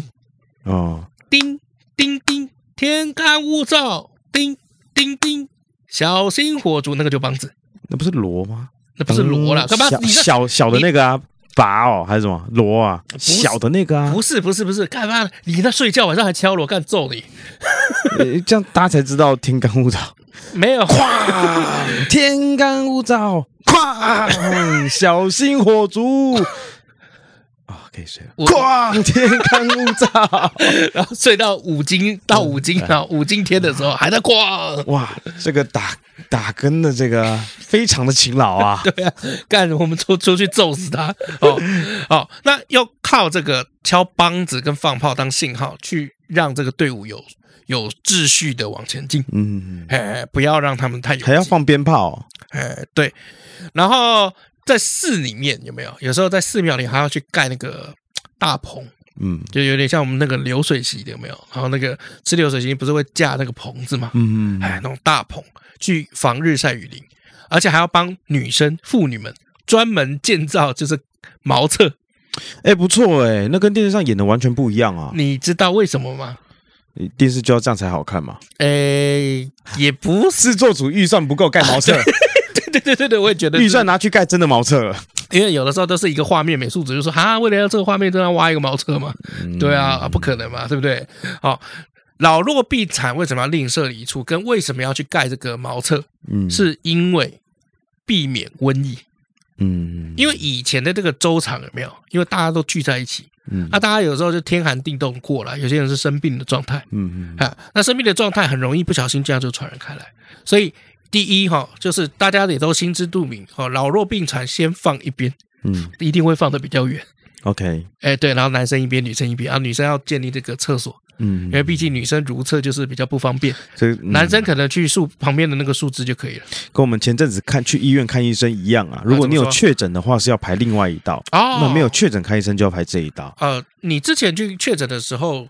B: 哦，
A: 叮叮叮，天干物燥，叮叮叮，小心火烛，那个就梆子，
B: 那不是螺吗？
A: 那不是锣
B: 嗯
A: 啦，干嘛？
B: 小
A: 你这
B: 小小的那个啊，拔哦，还是什么螺啊？
A: 是
B: 小的那个啊，
A: 不是不是不是，干嘛？你那睡觉晚上还敲锣干揍你？
B: 呃这样大家才知道天干 物燥。
A: 没有，啊
B: 咵，天干物燥，咵，小心火烛。啊，可以睡了。
A: 我
B: 哐，天干物燥。
A: 然后睡到五更到五更，然后
B: 嗯
A: 五更天的时候还在逛。
B: 哇，这个打打更的这 个非常的勤劳啊。
A: 对啊，干我们出出去揍 死他哦哦，那要靠这个敲梆子跟放炮当信号，去让这个队伍有有秩序的往前进，
B: 嗯，
A: 哎，不要让他们太有
B: 还要
A: 劲
B: 放鞭炮哦。
A: 哎对，然后在寺里面有没有？有时候在寺庙里还要去盖那个大棚，
B: 嗯
A: 就有点像我们那个流水席的有没有？然后那个吃流水席不是会架那个棚子嘛？
B: 嗯嗯
A: 哎，那种大棚去防日晒雨淋，而且还要帮女生、妇女们专门建造就是茅厕。
B: 哎、不错哎、那跟电视上演的完全不一样啊！
A: 你知道为什么吗？
B: 你电视就要这样才好看嘛。
A: 诶，哎也不是。
B: 制作组预算不够盖茅厕，
A: 对对对对对，我也觉得是
B: 预算，拿去盖真的茅厕了。
A: 因为有的时候都是一个画面，美术组就说啊，为了要这个画面，都要挖一个茅厕嘛。
B: 嗯
A: 对啊，啊不可能嘛，对不对？好、老弱必残，为什么要另设一处？跟为什么要去盖这个茅厕？
B: 嗯，
A: 是因为避免瘟疫。
B: 嗯，
A: 因为以前的这个州场有没有？因为大家都聚在一起，
B: 嗯
A: 那、大家有时候就天寒地冻过来，有些人是生病的状态
B: 嗯嗯
A: 啊，那生病的状态很容易不小心这样就传染开来，所以第一哈、就是大家也都心知肚明哦，老弱病残先放一边，
B: 嗯
A: 一定会放的比较远。
B: ，OK，
A: 哎，对，然后男生一边，女生一边啊，女生要建立这个厕所，
B: 嗯
A: 因，为毕竟女生如厕就是比较不方便，
B: 所以、嗯
A: 男生可能去树旁边的那个树枝就可以了。
B: 跟我们前阵子看去医院看医生一样啊。如果你
A: 怎么
B: 有
A: 说
B: 确诊的话，是要排另外一道；
A: 哦，
B: 那没有确诊看医生就要排这一道。
A: 呃，你之前去确诊的时候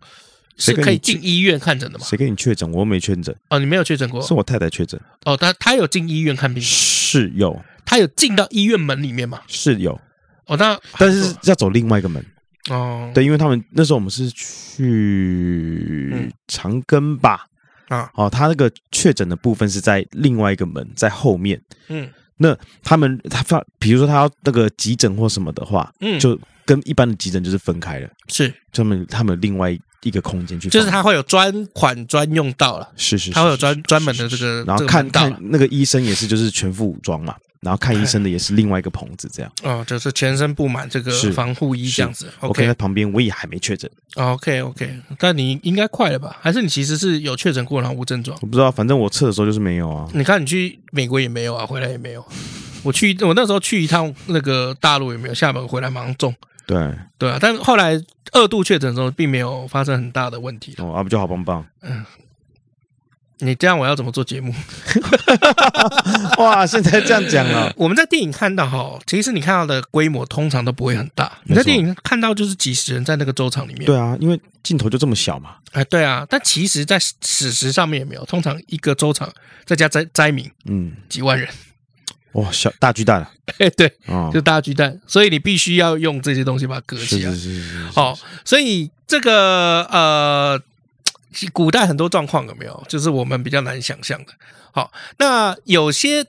A: 是
B: 谁跟你
A: 可以
B: 去
A: 进医院看诊的吗？
B: 谁跟你确诊？我又没确诊，
A: 哦，你没有确诊过
B: 是我太太确诊。
A: 哦，他他有进医院看病，
B: 是有
A: 他有进到医院门里面嘛？
B: 是有，
A: 哦，那
B: 但是要走另外一个门。
A: 哦，
B: 对，因为他们那时候我们是去
A: 嗯
B: 长庚吧，
A: 啊，
B: 哦，他那个确诊的部分是在另外一个门，在后面。
A: 嗯
B: 他们他发，比如说他要那个急诊或什么的话，
A: 嗯，
B: 就跟一般的急诊就是分开了，
A: 是
B: 专门他们有另外一个空间去
A: 就
B: 放，
A: 是他会有专款专用到了，
B: 是是是，
A: 他会有
B: 是
A: 专
B: 是
A: 专门
B: 是
A: 的这
B: 是
A: 个
B: 然
A: 这
B: 后
A: 个
B: 看
A: 门道啊
B: 看
A: 了，
B: 那个医生也是就是全副武装嘛，然后看医生的也是另外一个棚子这样。
A: 哦，就是全身布满这个
B: 是
A: 防护衣
B: 是
A: 这样子。
B: 我看
A: OK
B: 在旁边，我也还没确诊，
A: OK OK，但你应该快了吧？还是你其实是有确诊过，然后无症状？
B: 我不知道，反正我测的时候就是没有啊。
A: 你看你去美国也没有啊，回来也没有。我去，我那时候去一趟那个大陆也没有，厦门回来马上中，
B: 对，
A: 对啊。但后来二度确诊的时候，并没有发生很大的问题了。
B: 哦，啊不就好棒棒。
A: 你这样我要怎么做节目？
B: 哇，现在这样讲了，
A: 我们在电影看到哈，其实你看到的规模通常都不会很大。你在电影看到就是几十人在那个周场里面，
B: 对啊，因为镜头就这么小嘛，
A: 哎，对啊。但其实，在史实上面也没有，通常一个周场再加灾灾民
B: 嗯，
A: 几万人，
B: 哇，小大巨蛋了
A: 哎， 对，
B: 啊，
A: 就大巨蛋，所以你必须要用这些东西把它隔
B: 是
A: 起来
B: 是。是是，是
A: 好，所以这个呃，古代很多状况有没有？就是我们比较难想象的。好，那有些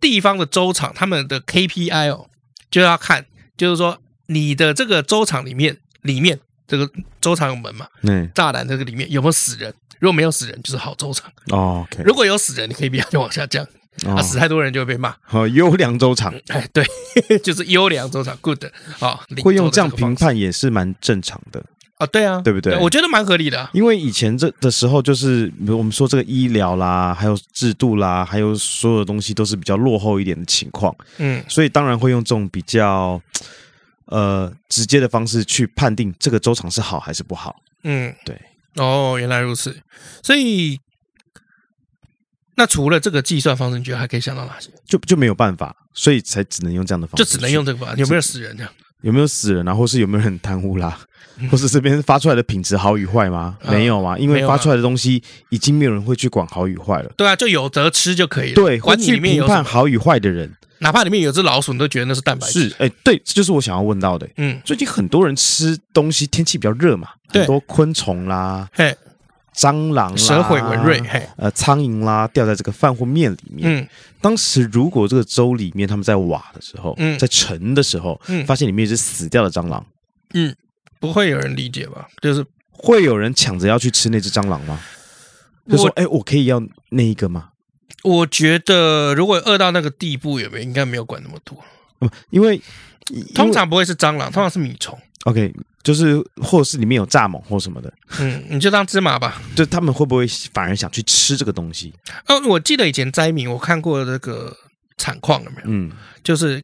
A: 地方的州场，他们的 KPI 哦，就要看，就是说你的这个州场里面，里面这个州场有门嘛，
B: 嗯
A: 栅栏这个里面有没有死人？如果没有死人，就是好州场；
B: 哦，OK，
A: 如果有死人，你 KPI 就往下降。啊，
B: 哦
A: 死太多人就会被骂。
B: 好优良州场
A: 哎，对， 就是优良州场，good 哦，领
B: 会
A: 州
B: 用
A: 的
B: 这样
A: 个方
B: 评
A: 式
B: 判也是蛮正常的，
A: 啊？对啊，
B: 对不对
A: 我觉得蛮合理的啊、
B: 因为以前这的时候，就是比如我们说这个医疗啦，还有制度啦，还有所有的东西都是比较落后一点的情况，
A: 嗯，
B: 所以当然会用这种比较呃直接的方式去判定这个州场是好还是不好。
A: 嗯，
B: 对。
A: 哦，原来如此。所以，那除了这个计算方式，你觉得还可以想到哪些？
B: 就就没有办法，所以才只能用这样的方
A: 就
B: 式去，
A: 只能用这个吧？有没有死人这样？
B: 有没有死人啊，或是有没有人贪污啦，或是这边发出来的品质好与坏吗？
A: 嗯
B: 没有嘛，因
A: 没
B: 为
A: 有啊
B: 发出来的东西已经没有人会去管好与坏了。
A: 对啊，就有得吃就可以了。
B: 对，会
A: 管你
B: 去
A: 里面
B: 评
A: 有什
B: 判
A: 么，
B: 好与坏的人
A: 哪怕里面有只老鼠，你都觉得那是蛋白质。
B: 是，哎，对，这就是我想要问到的。
A: 嗯，
B: 最近很多人吃东西，天气比较热嘛，
A: 对
B: 很多昆虫啦、
A: 嘿，
B: 蟑螂啦、
A: 蛇毁文瑞，嘿，
B: 呃，苍蝇啦，掉在这个饭或面里面。
A: 嗯
B: 当时如果这个粥里面他们在挖的时候，
A: 嗯
B: 在盛的时候，
A: 嗯
B: 发现里面有一只死掉的蟑螂，
A: 嗯，不会有人理解吧？就是
B: 会有人抢着要去吃那只蟑螂吗？就说
A: 我，
B: 哎、我可以要那一个吗？
A: 我觉得如果饿到那个地步，有没有应该没有管那么多。
B: 不，哦因为
A: 通常不会是蟑螂，通常是米虫。
B: 因为 OK，就是或者是里面有蚱蜢或什么的，
A: 嗯，你就当芝麻吧。
B: 就他们会不会反而想去吃这个东西？
A: 哦，我记得以前灾民，我看过这个惨况有没有？
B: 嗯，
A: 就是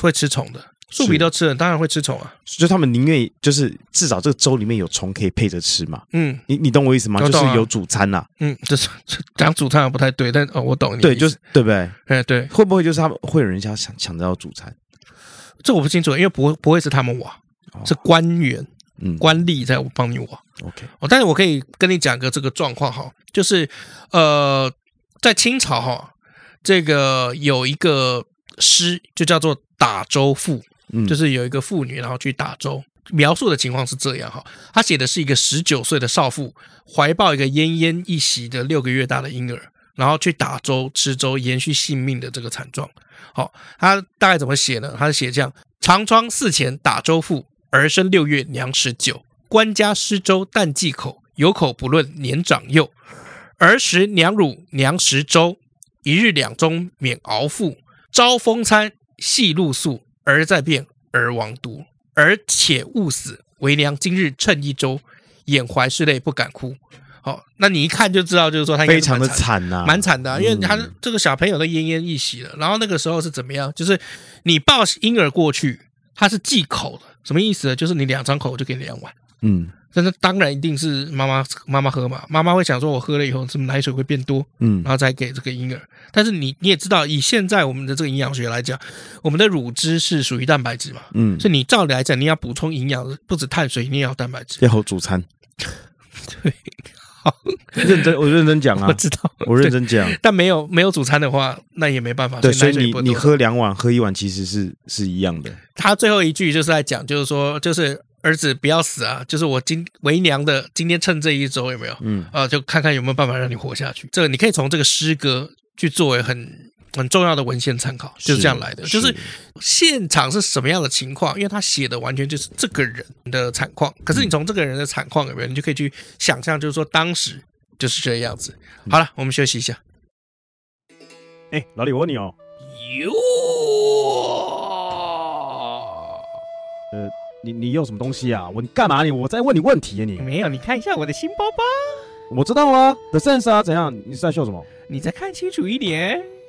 A: 会吃虫的，树皮
B: 是
A: 都吃了，当然会吃虫啊。
B: 就他们宁愿就是至少这个粥里面有虫可以配着吃嘛。
A: 嗯
B: 你你懂我意思吗？
A: 我
B: 就
A: 懂啊
B: 是有主餐呐、
A: 嗯，这是这讲主唱不太对，但哦，我懂你的
B: 对，
A: 意思。
B: 就是对不对？
A: 哎对，
B: 会不会就是他们会有人想想抢着要主餐？
A: 这我不清楚，因为不会不会是他们挖，
B: 哦
A: 是官员
B: 嗯
A: 官吏在帮你挖。
B: ，OK，
A: 哦，但是我可以跟你讲个这个状况哈，就是呃，在清朝哈，这个有一个诗就叫做打粥赋，
B: 嗯，
A: 就是是有一个妇女，然后去打粥。描述的情况是这样哈，她写的是一个十九岁的少妇怀抱一个奄奄一息的六个月大的婴儿，然后去打粥吃粥，延续性命的这个惨状。好，她大概怎么写呢？她是写这样：长窗寺前打粥妇，儿生六月娘十九，官家施粥但忌口，有口不论年长幼。儿时娘乳娘食粥，一日两盅免熬腹。朝风餐，夕露宿，儿在变，儿亡独。而且勿死，为娘今日趁一粥，眼怀拭泪不敢哭。好、那你一看就知道，就是说他应该
B: 非
A: 是
B: 常
A: 蛮
B: 的
A: 惨
B: 惨呐、
A: 蛮惨的啊、因为他
B: 嗯
A: 这个小朋友都奄奄一息了。然后那个时候是怎么样？就是你抱婴儿过去，他是忌口的，什么意思呢？就是你两张口就给你两碗。
B: 嗯
A: 但是当然一定是妈妈 妈妈喝嘛，妈妈会想说，我喝了以后是不是奶水会变多，
B: 嗯
A: 然后再给这个婴儿。但是你你也知道，以现在我们的这个营养学来讲，我们的乳汁是属于蛋白质嘛，
B: 嗯，
A: 所以你照理来讲，你要补充营养，不止碳水，你也要蛋白质。
B: 要有主餐。
A: 对，
B: 认真，我认真讲啊
A: 我，知道，
B: 我认真讲。
A: 但没有没有主餐的话，那也没办法。
B: 对，所
A: 所
B: 以你
A: 以奶水也不会
B: 你
A: 多
B: 喝两碗，喝一碗其实是是一样的。
A: 他最后一句就是在讲，就是说，就是儿子不要死啊，就是我今为娘的，今天趁这一周有没有？
B: 嗯，
A: 呃，就看看有没有办法让你活下去。这个你可以从这个诗歌去作为很很重要的文献参考，就是这样来的。就是现场是什么样的情况，因为他写的完全就是这个人的惨况。可是你从这个人的惨况有没有，你就可以去想象，就是说当时就是这个样子。好了，我们休息一下。
B: 哎，老李，我问你哦，
A: 哟，
B: 你你用什么东西啊？我你干嘛你？我在问你问题啊你！
A: 没有，你看一下我的新包包。
B: 我知道啊，The Sense 啊，怎样？你是在笑什么？
A: 你再看清楚一点。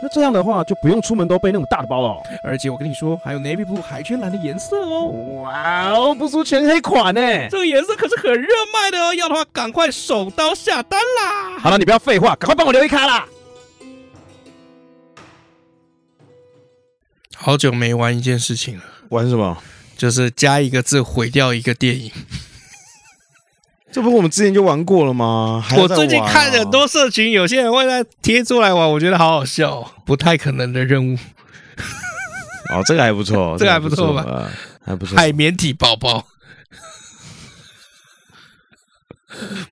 B: 那这样的话，就不用出门都背那种大的包了哦。
A: 而且我跟你说，还有 navy blue 海军蓝的颜色哦，
B: 哇哦，不出全黑款呢。
A: 这个颜色可是很热卖的哦，要的话赶快手刀下单啦！
B: 好了，你不要废话，赶快帮我留一卡啦。
A: 好久没玩一件事情了，
B: 玩什么？
A: 就是加一个字毁掉一个电影。
B: 这不是我们之前就玩过了吗？还要
A: 我
B: 再
A: 最近
B: 玩啊
A: 看了很多社群，有些人会在贴出来玩，我觉得好好笑、哦。不太可能的任务，
B: 哦，这个还不错，
A: 这个还不
B: 不
A: 错吧
B: 吧？还不错。
A: 海绵体宝宝。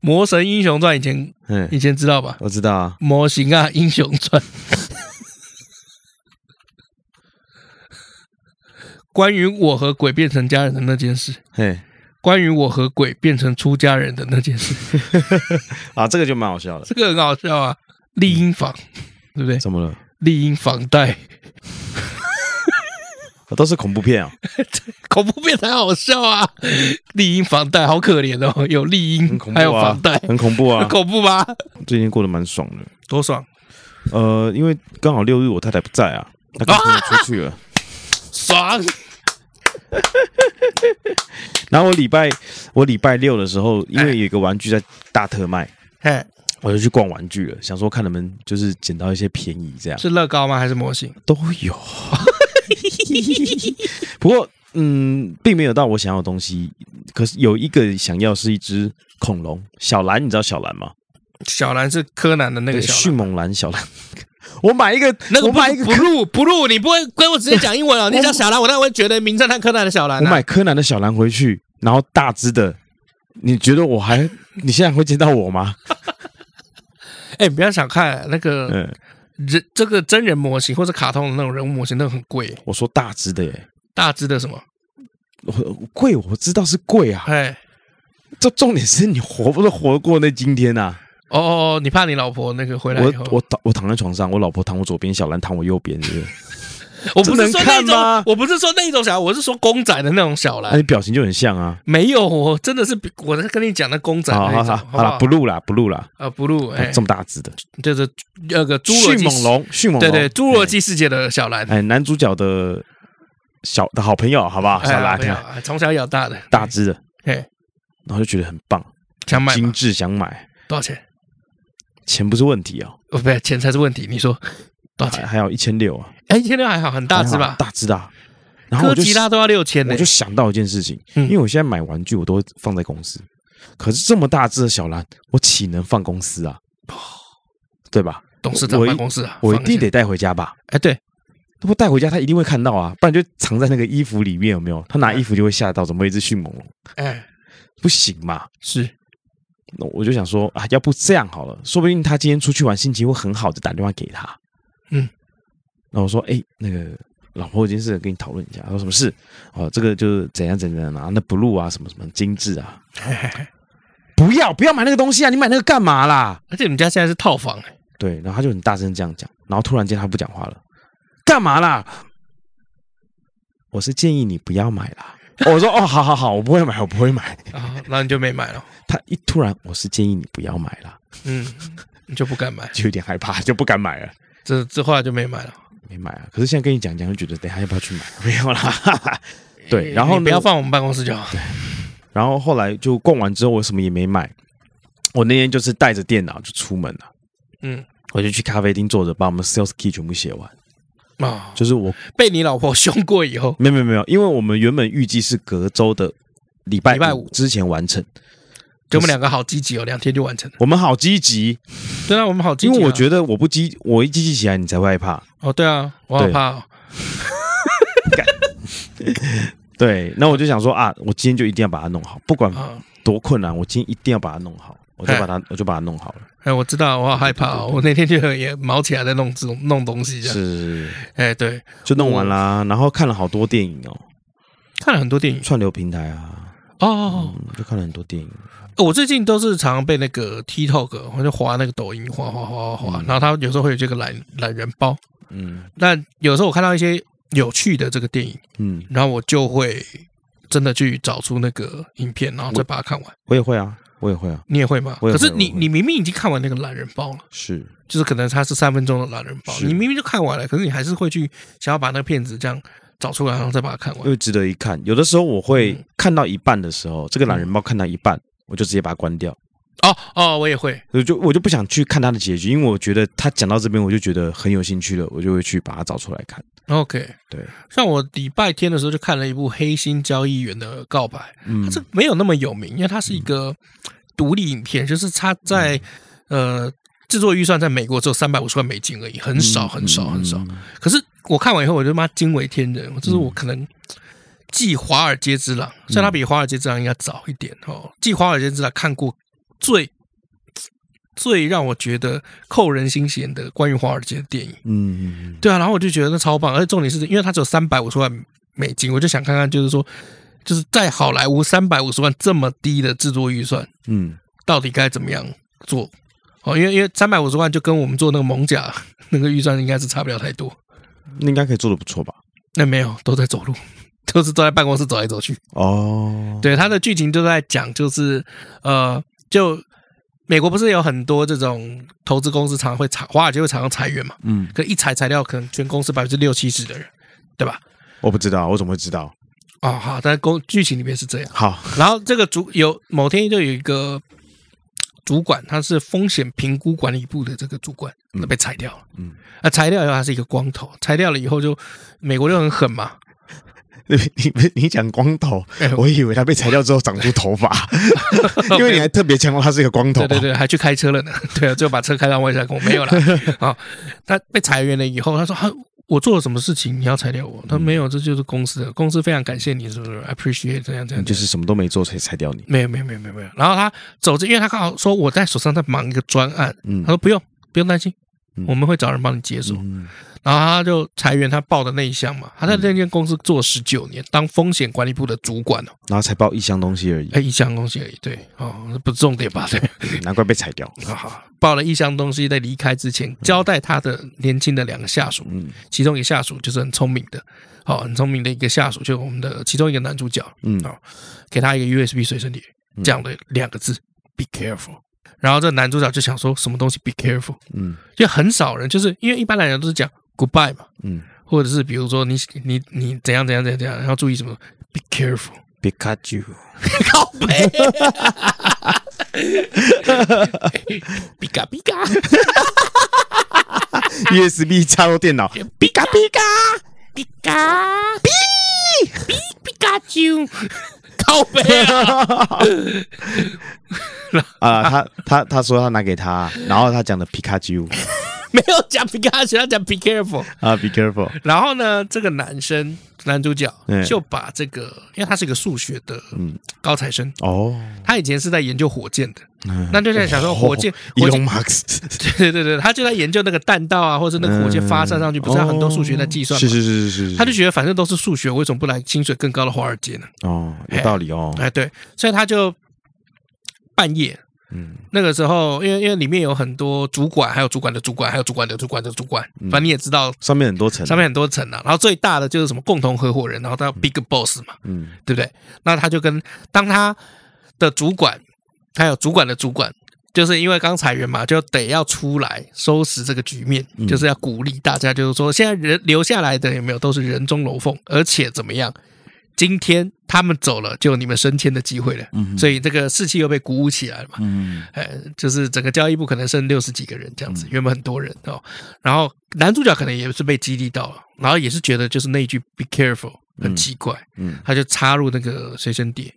A: 魔神英雄传以前
B: 嗯，
A: 以前知道吧？
B: 我知道啊。
A: 模型啊，英雄传。关于我和鬼变成家人的那件事，
B: 嘿，
A: 关于我和鬼变成出家人的那件事，
B: 啊，这个就蛮好笑的。
A: 这个很好笑啊！丽婴房，对不对？
B: 怎么了？
A: 丽婴房贷，
B: 啊都是恐怖片啊，
A: 恐怖片才好 笑啊！丽婴房贷好可怜哦，有丽
B: 很
A: 婴
B: 恐怖啊，
A: 还有房贷，
B: 很恐怖 啊
A: 很。恐怖吧？
B: 最近过得蛮爽的。
A: 多爽！
B: 呃，因为刚好六日我太太不在啊，她跟朋友出去了。
A: 爽！
B: 然后我礼拜我礼拜六的时候，因
A: 哎
B: 为有一个玩具在大特卖，
A: 嘿，
B: 我就去逛玩具了，想说看能不能就是捡到一些便宜这样。
A: 是乐高吗？还是模型？
B: 都有， 不过嗯，并没有到我想要的东西。可是有一个想要是一只恐龙，小蓝，你知道小蓝吗？
A: 小兰是柯南的那个
B: 对
A: 小
B: 迅
A: 兰，
B: 猛蓝小蓝。我买一个，
A: 那个
B: 我
A: 不
B: 买一个
A: 不录不录，你不会跟我直接讲 英文哦？你讲小兰，我当然会觉得名侦探柯南的小兰
B: 我
A: 啊。
B: 买柯南的小蓝回去，然后大只的，你觉得我还你现在会见到我吗？
A: 哎，你不要想看那个
B: 嗯，
A: 人这个真人模型或者卡通的那种人物模型，那个很贵，
B: 我说大只的耶，
A: 大只的什么？
B: 我我贵我知道是贵啊，
A: 哎，
B: 这重点是你活不活过那今天啊？
A: 哦哦，哦你怕你老婆那个回来以后
B: 我，我躺我躺在床上，我老婆躺我左边，小蓝躺我右边，是 不是？
A: 我不是
B: 这
A: 说
B: 能
A: 那
B: 看
A: 种
B: 吗，
A: 我不是说那种小兰，我是说公仔的那种小
B: 那、
A: 兰。
B: 你表情就很像啊。
A: 没有，我真的是比我在跟你讲的公仔
B: 好
A: 那
B: 好
A: 一
B: 好
A: 种，
B: 好了，
A: 好
B: 不？录啦不录啦，
A: 呃，不录，哎
B: 这，么大只的
A: 就是那个侏罗
B: 迅
A: 纪
B: 猛龙，迅猛龙，
A: 对对，侏罗纪世界的小兰，
B: 哎，哎，男主角的小的好朋友，好不好？
A: 哎
B: 小蓝、
A: 没有啊从小养大的，
B: 大只的，
A: 嘿
B: 然后就觉得很棒，
A: 想买
B: 精
A: 吗
B: 致，想买，
A: 多少钱？
B: 钱不是问题哦，
A: 哦，不对，钱才是问题。你说多少
B: 还
A: 钱？
B: 还有一千六啊，
A: 哎，一千六还好，很大只
B: 还好
A: 吧？
B: 大只的啊。然后
A: 哥
B: 我就
A: 吉拉都要六千呢
B: 我就。想到一件事情，
A: 嗯
B: 因为我现在买玩具我都会放在公司，可是这么大只的小蓝，我岂能放公司啊？对吧？
A: 董事长
B: 我一
A: 办公室啊，
B: 我一
A: 哦放
B: 定
A: 下
B: 得带回家吧。
A: 哎，对，
B: 不带回家，他一定会看到啊，不然就藏在那个衣服里面，有没有？他拿衣服就会吓到，怎么会一只迅猛龙？
A: 哎，
B: 不行嘛！
A: 是
B: 那我就想说啊，要不这样好了，说不定他今天出去玩，心情会很好，就打电话给他。
A: 嗯，
B: 然后我说，哎、那个老婆有件事跟你讨论一下。他说什么事？哦，这个就是怎样怎样啊，那不录啊，什么什么精致啊，不要不要买那个东西啊，你买那个干嘛啦？
A: 而且你们家现在是套房，哎
B: 对，然后他就很大声这样讲，然后突然间他不讲话了，干嘛啦？我是建议你不要买啦。 哦我说哦，好好好，我不会买，我不会买。
A: 啊，然后你就没买了，
B: 他一突然，我是建议你不要买啦，
A: 嗯，你就不敢买，
B: 就有点害怕，就不敢买了，
A: 这这后来就没买了。
B: 没买啊。可是现在跟你讲讲，就觉得等一下要不要去买？ 没有啦。哈哈对，然后
A: 你
B: 呢
A: 不要放我们办公室就好。
B: 然后后来就逛完之后，我什么也没买。我那天就是带着电脑就出门了，
A: 嗯，
B: 我就去咖啡厅坐着，把我们 sales key 全部写完。
A: 啊，
B: 就是我
A: 被你老婆凶过以后，
B: 没有没有没有，因为我们原本预计是隔周的礼拜
A: 礼拜五
B: 之前完成。
A: 就我们两个好积极哦，两天就完成了。
B: 我们好积极，
A: 对啊，我们好积
B: 因
A: 极啊。
B: 为我觉得我不积，我一积极起来，你才会害怕。
A: 哦，对啊，我好
B: 对
A: 怕哦。
B: 对，那我就想说啊，我今天就一定要把它弄好，不管
A: 啊，
B: 多困难，我今天一定要把它弄好，我就把它，我就把它弄好了。
A: 哎，我知道，我好害怕、哦。我那天就也毛起来在弄这种弄东西这
B: 是
A: 样。嗯
B: 是，是
A: 哎，对，
B: 就弄完啦。然后看了好多电影哦，
A: 看了很多电影
B: 串流平台啊，
A: 哦。
B: 嗯，就看了很多电影。
A: 我最近都是常常被那个 TikTok，我就滑那个抖音，滑滑滑滑滑，然后它有时候会有这个懒懒人包。
B: 嗯
A: 那有时候我看到一些有趣的这个电影，
B: 嗯，
A: 然后我就会真的去找出那个影片，然后再把它看完。
B: 我也会啊，我也会啊，
A: 你也会吗？
B: 我也
A: 可
B: 会
A: 是你
B: 我会
A: 你明明已经看完那个懒人包了，
B: 是
A: 就是可能它是三分钟的懒人包，
B: 是
A: 你明明就看完了，可是你还是会去想要把那个片子这样找出来，然后再把它看
B: 因
A: 完。
B: 为值得一看。有的时候我会
A: 嗯
B: 看到一半的时候，这个懒人包看到一半，我就直接把它关掉，
A: 哦哦，我也会，
B: 我就我就不想去看它的结局，因为我觉得他讲到这边我就觉得很有兴趣了，我就会去把它找出来看。
A: OK，
B: 对，
A: 像我礼拜天的时候就看了一部《黑心交易员的告白》，
B: 嗯
A: 它这没有那么有名，因为它是一个独立影片，就是它在
B: 嗯
A: 呃制作预算在美国只有三百五十万美金而已，很
B: 嗯
A: 少很少很少。可是我看完以后，我就妈惊为天人，就是我可能。继《华尔街之狼》，虽然它比《华尔街之狼》应该早一点哦。继《华尔街之狼》看过最最让我觉得扣人心弦的关于华尔街的电影，
B: 嗯，嗯，
A: 对啊，然后我就觉得那超棒，而且重点是因为它只有三百五十万美金，我就想看看，就是说，就是在好莱坞三百五十万这么低的制作预算，
B: 嗯
A: 到底该怎么样做？哦，因为因为三百五十万就跟我们做那个蒙甲那个预算应该是差不了太多。
B: 嗯，那应该可以做的不错吧？
A: 那没有，都在走路，都是都在办公室走来走去。
B: 哦，
A: 对，它的剧情就在讲，就是呃，就美国不是有很多这种投资公司常常会裁，华尔街会常常裁员嘛，
B: 嗯，
A: 可一裁裁掉可能全公司百分之六七十的人，对吧？
B: 我不知道，我怎么会知道？
A: 哦，好，但公剧情里面是这样。
B: 好，
A: 然后这个主有某天就有一个主管，他是风险评估管理部的这个主管，那被裁掉了。
B: 嗯，
A: 啊，裁掉以后他是一个光头，裁掉了以后就美国就很狠嘛。
B: 你你你讲光头
A: 哎，
B: 我以为他被裁掉之后长出头 发，因为你还特别强调他是一个光头
A: 对。对对，还去开车了呢。 对啊，就把车开到外太空，没有了。啊、他被裁员了以后，他说：“啊，我做了什么事情？你要裁掉我？”
B: 嗯
A: 他说：“没有，这就是公司的，公司非常感谢你，是不是？appreciate 这样这样。”
B: 就是什么都没做，所以裁掉你。
A: 没有没有没有没有没有。然后他走着，因为他刚好说我在手上在忙一个专案，
B: 嗯
A: 他说不用不用担心，
B: 嗯
A: 我们会找人帮你接手。
B: 嗯
A: 然后他就裁员他报的那一项嘛，他在那间公司做十九年，当风险管理部的主管哦，
B: 然后才报一箱东西而已，
A: 哎一箱东西而已，对哦，不是重点吧？对，
B: 难怪被裁 掉。
A: 好好报了一箱东西，在离开之前交代他的年轻的两个下属，
B: 嗯
A: 其中一个下属就是很聪明的，好、很聪明的一个下属，就是我们的其中一个男主角，
B: 嗯
A: 好给他一个 USB 随身碟，
B: 嗯
A: 讲了两个字、b e careful。然后这男主角就想说什么东西 “be careful”，
B: 嗯
A: 就很少人，就是因为一般来讲都是讲 “goodbye” 嘛，
B: 嗯
A: 或者是比如说你你你怎样怎样怎样怎样，然后注意什么 “be careful”，
B: ，Pikachu，
A: 靠背，比嘎比嘎
B: USB 插入电脑，
A: 比嘎比嘎比嘎比比比嘎啾， 靠背啊，
B: 啊、他他他说他拿给他，然后他讲的 Pikachu
A: 没有讲比嘎，只要讲 “be careful”。
B: 啊，Be careful，
A: 然后呢，这个男生男主角
B: 嗯
A: 就把这个，因为他是一个数学的高材生，
B: 哦，
A: 他以前是在研究火箭的，
B: 嗯
A: 那就在想说火箭，
B: 伊
A: 火
B: 隆
A: 箭，
B: 马克思，
A: 对对对对，他就在研究那个弹道啊，或者那个火箭发射上去，不哦是他很多数学在计算
B: 哦是
A: 吗？
B: 是是是是，
A: 他就觉得反正都是数学，为什么不来薪水更高的华尔街呢？
B: 哦，有道理哦，
A: 哎，对，所以他就半夜
B: 嗯
A: 那个时候，因为因为里面有很多主管，还有主管的主管，还有主管的主管的主管，
B: 嗯
A: 反正你也知道，
B: 上面很多层，
A: 上面很多层啊。然后最大的就是什么共同合伙人，然后到 Big Boss 嘛，
B: 嗯
A: 对不对？那他就跟当他的主管，还有主管的主管，就是因为刚裁员嘛，就得要出来收拾这个局面，
B: 嗯
A: 就是要鼓励大家，就是说现在人留下来的有没有都是人中龙凤，而且怎么样？今天他们走了，就有你们升迁的机会了，所以这个士气又被鼓舞起来了嘛。
B: 嗯
A: 呃，就是整个交易部可能剩六十几个人这样子，原本很多人哦。然后男主角可能也是被激励到了，然后也是觉得就是那一句 “be careful” 很奇怪，
B: 嗯
A: 他就插入那个随身碟，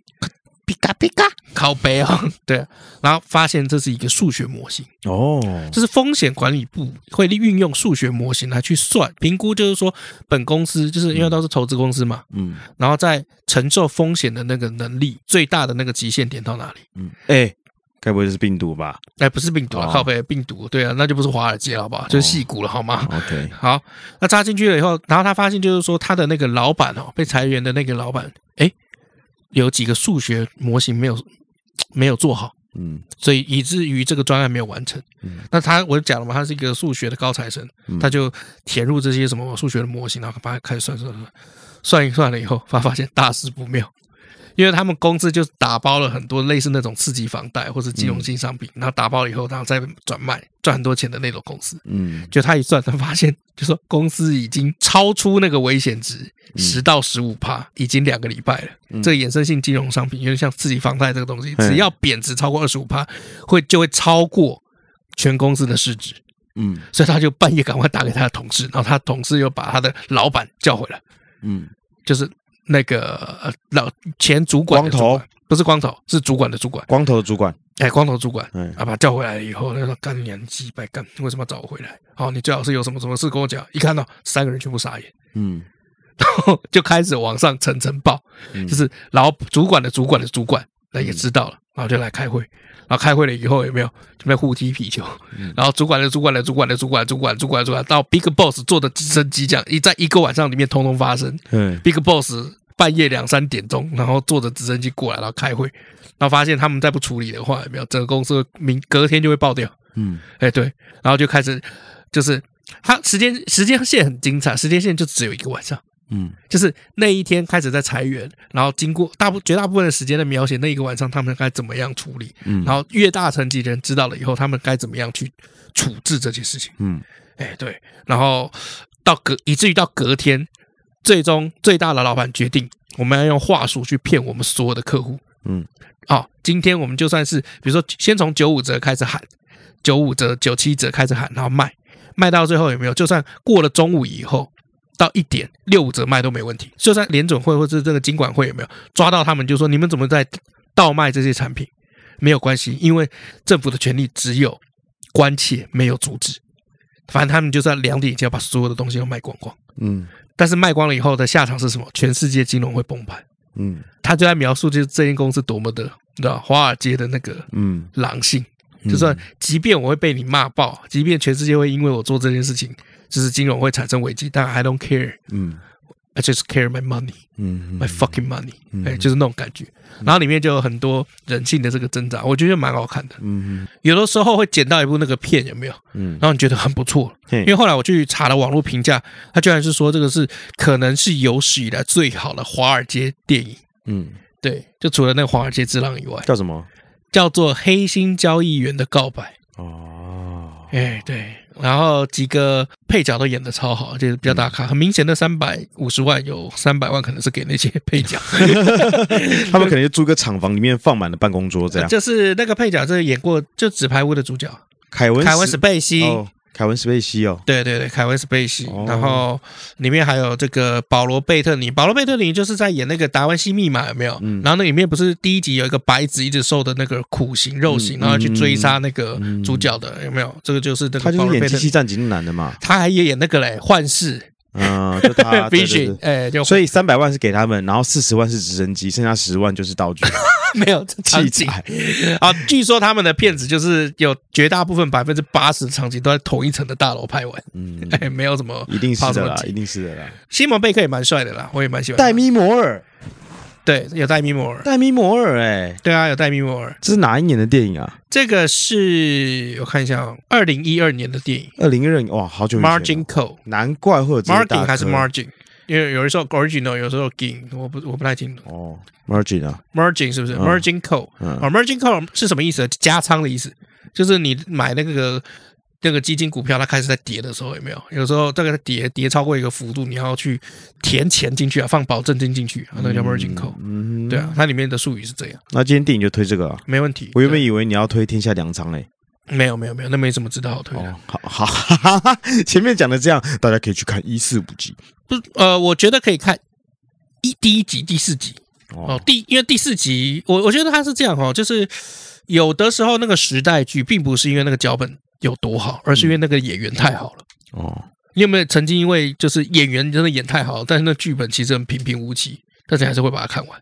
A: 皮卡皮卡，靠背哦， 对，然后发现这是一个数学模型，
B: 哦，
A: 这是风险管理部会运用数学模型来去算评估，就是说本公司就是因为都是投资公司嘛，
B: 嗯
A: 然后在承受风险的那个能力最大的那个极限点到哪里？
B: 嗯，哎，该不会是病毒吧
A: 哎，不是病毒啊，
B: 哦
A: 靠背病毒，对啊，那就不是华尔街了好不好？就是戏骨了好吗？
B: ？OK，
A: 好，那扎进去了以后，然后他发现就是说他的那个老板哦，被裁员的那个老板，哎，有几个数学模型没有没有做好，
B: 嗯
A: 所以以至于这个专案没有完成。
B: 嗯
A: 那他我讲了嘛，他是一个数学的高材生，
B: 嗯
A: 他就填入这些什么数学的模型，然后把它开始算算算，算一算了以后，发发现大事不妙，因为他们公司就打包了很多类似那种次级房贷或是金
B: 嗯
A: 融性商品，然后打包了以后，然后再转卖赚很多钱的那种公司。
B: 嗯
A: 就他一算，他发现就说公司已经超出那个危险值十到十五趴，已经两个礼拜了。
B: 嗯
A: 这个衍生性金融商品，有点像自己房贷这个东西，
B: 嗯
A: 只要贬值超过二十五趴，会就会超过全公司的市值。
B: 嗯
A: 所以他就半夜赶快打给他的同事，然后他同事又把他的老板叫回来，
B: 嗯
A: 就是那个呃老前主管的主管
B: 光头，
A: 不是光头，是主管的主管，
B: 光头主管，
A: 哎，光头主管，
B: 嗯
A: 啊，把他叫回来了以后，他说干你娘鸡掰干，为什么要找我回来？哦，你最好是有什么什么事跟我讲。一看到三个人全部傻眼，
B: 嗯
A: 就开始往上层层报，
B: 嗯
A: 就是老主管的主管的主管，那也知道了，然后就来开会。然后开会了以后有没有就在互踢皮球？然后主管的主管的主管的主管的主管的主管的主管到 Big Boss 做的直升机这样，一在一个晚上里面通通发生。
B: 嗯
A: Big Boss 半夜两三点钟，然后坐着直升机过来，然后开会，然后发现他们再不处理的话，有没有整个公司会明隔天就会爆掉？
B: 嗯
A: 哎，对，然后就开始就是他时间时间线很精彩，时间线就只有一个晚上。
B: 嗯
A: 就是那一天开始在裁员，然后经过大部绝大部分的时间的描写，那一个晚上他们该怎么样处理，
B: 嗯
A: 然后越大层级的人知道了以后，他们该怎么样去处置这件事情。
B: 嗯
A: 哎，对，然后到隔以至于到隔天，最终最大的老板决定，我们要用话术去骗我们所有的客户。
B: 嗯，
A: 好、今天我们就算是比如说先从九五折开始喊，九五折、九七折开始喊，然后卖，卖到最后有没有？就算过了中午以后。到一点六五折卖都没问题，就算联准会或是这个金管会有没有抓到他们，就说你们怎么在倒卖这些产品，没有关系，因为政府的权利只有关切，没有阻止。反正他们就是要两点以前要把所有的东西都卖光光。
B: 嗯
A: 但是卖光了以后的下场是什么？全世界金融会崩盘。
B: 嗯
A: 他就在描述就是这间公司多么的，你知道华尔街的那个
B: 嗯
A: 狼性，就算即便我会被你骂爆，即便全世界会因为我做这件事情，就是金融会产生危机，但 I don't care。
B: 嗯
A: I just care my money,
B: 嗯
A: my fucking money，哎、就是那种感觉。然后里面就有很多人性的这个挣扎，我觉得蛮好看的。
B: 嗯
A: 有的时候会捡到一部那个片，有没有？
B: 嗯
A: 然后你觉得很不错，
B: 嗯
A: 因为后来我去查了网络评价，他居然是说这个是可能是有史以来最好的华尔街电影。
B: 嗯，
A: 对，就除了那个《华尔街之狼》以外，
B: 叫什么？
A: 叫做《黑心交易员的告白
B: 哦》。，
A: 哎，对，然后几个配角都演的超好，就是比较大
B: 嗯
A: 咖。很明显的三百五十万有三百万可能是给那些配 角，
B: 他们可能就租个厂房，里面放满了办公桌这
A: 呃
B: 样。
A: 就是那个配角是演过就《纸牌屋》的主角
B: 凯文
A: 凯文·史贝西。
B: 哦，凯文史贝西哦，
A: 对对对，凯文·史贝西，
B: 哦
A: 然后里面还有这个保罗·贝特尼，保罗·贝特尼就是在演那个《达文西密码》，有没有？
B: 嗯
A: 然后那里面不是第一集有一个白纸一直受的那个苦刑、肉刑，
B: 嗯
A: 然后去追杀那个主角的，有没有？这个就是那
B: 他
A: 个
B: 就
A: 保
B: 是
A: 罗·
B: 演
A: 贝特
B: 机器
A: 尼，
B: 战警的男的嘛。
A: 他还也演那个嘞，幻视
B: 嗯，就他。 对对对
A: Vision，哎，就
B: 所以三百万是给他们，然后四十万是直升机，剩下十万就是道 具
A: 没有这场
B: 器
A: 景
B: 材。
A: 啊。据说他们的片子就是有绝大部分百分之八十的场景都在同一层的大楼拍完，
B: 嗯，
A: 哎，没有什么。
B: 一定是
A: 跑什
B: 的
A: 么
B: 啦，
A: 机
B: 一定是的啦。
A: 西蒙贝克也蛮帅的啦，我也蛮喜欢他。
B: 戴咪摩尔，
A: 对，有戴米摩尔。
B: 戴咪摩尔，哎，
A: 对啊，有戴米摩尔。
B: 这是哪一年的电影啊？
A: 这个是我看一下、哦，二零一二年的电影
B: 二零二零，哇，好久
A: 《
B: 以前了
A: Margin Call
B: 难怪会有》这些大
A: ，Margin 还是
B: 哥
A: Margin？因为有的时候 original，有时候 gain，我不我不太清楚
B: 哦，margin 啊，
A: margin 是不是、
B: 嗯
A: margin call
B: 嗯
A: 啊、margin call 是什么意思？加仓的意思，就是你买那个那个基金股票，它开始在跌的时候，有没有？有时候这个跌跌超过一个幅度，你要去填钱进去啊，放保证金进去啊，那个叫 margin call。
B: 嗯，
A: 对啊，它里面的术语是这样，
B: 那今天电影就推这个啊。
A: 没问题。
B: 我原本以为你要推《天下粮仓》嘞，
A: 对没有没有没有，那没什么值得好推的。啊
B: 哦，好好，前面讲的这样，大家可以去看一四五集
A: 不是，呃，我觉得可以看一第一集、第四集
B: 哦
A: 哦。第因为第四集，我我觉得它是这样哦，就是有的时候那个时代剧，并不是因为那个脚本有多好，而是因为那个演员太好了。
B: 哦，
A: 你有没有曾经因为就是演员真的演太好了，但是那剧本其实很平平无奇，但是你还是会把它看完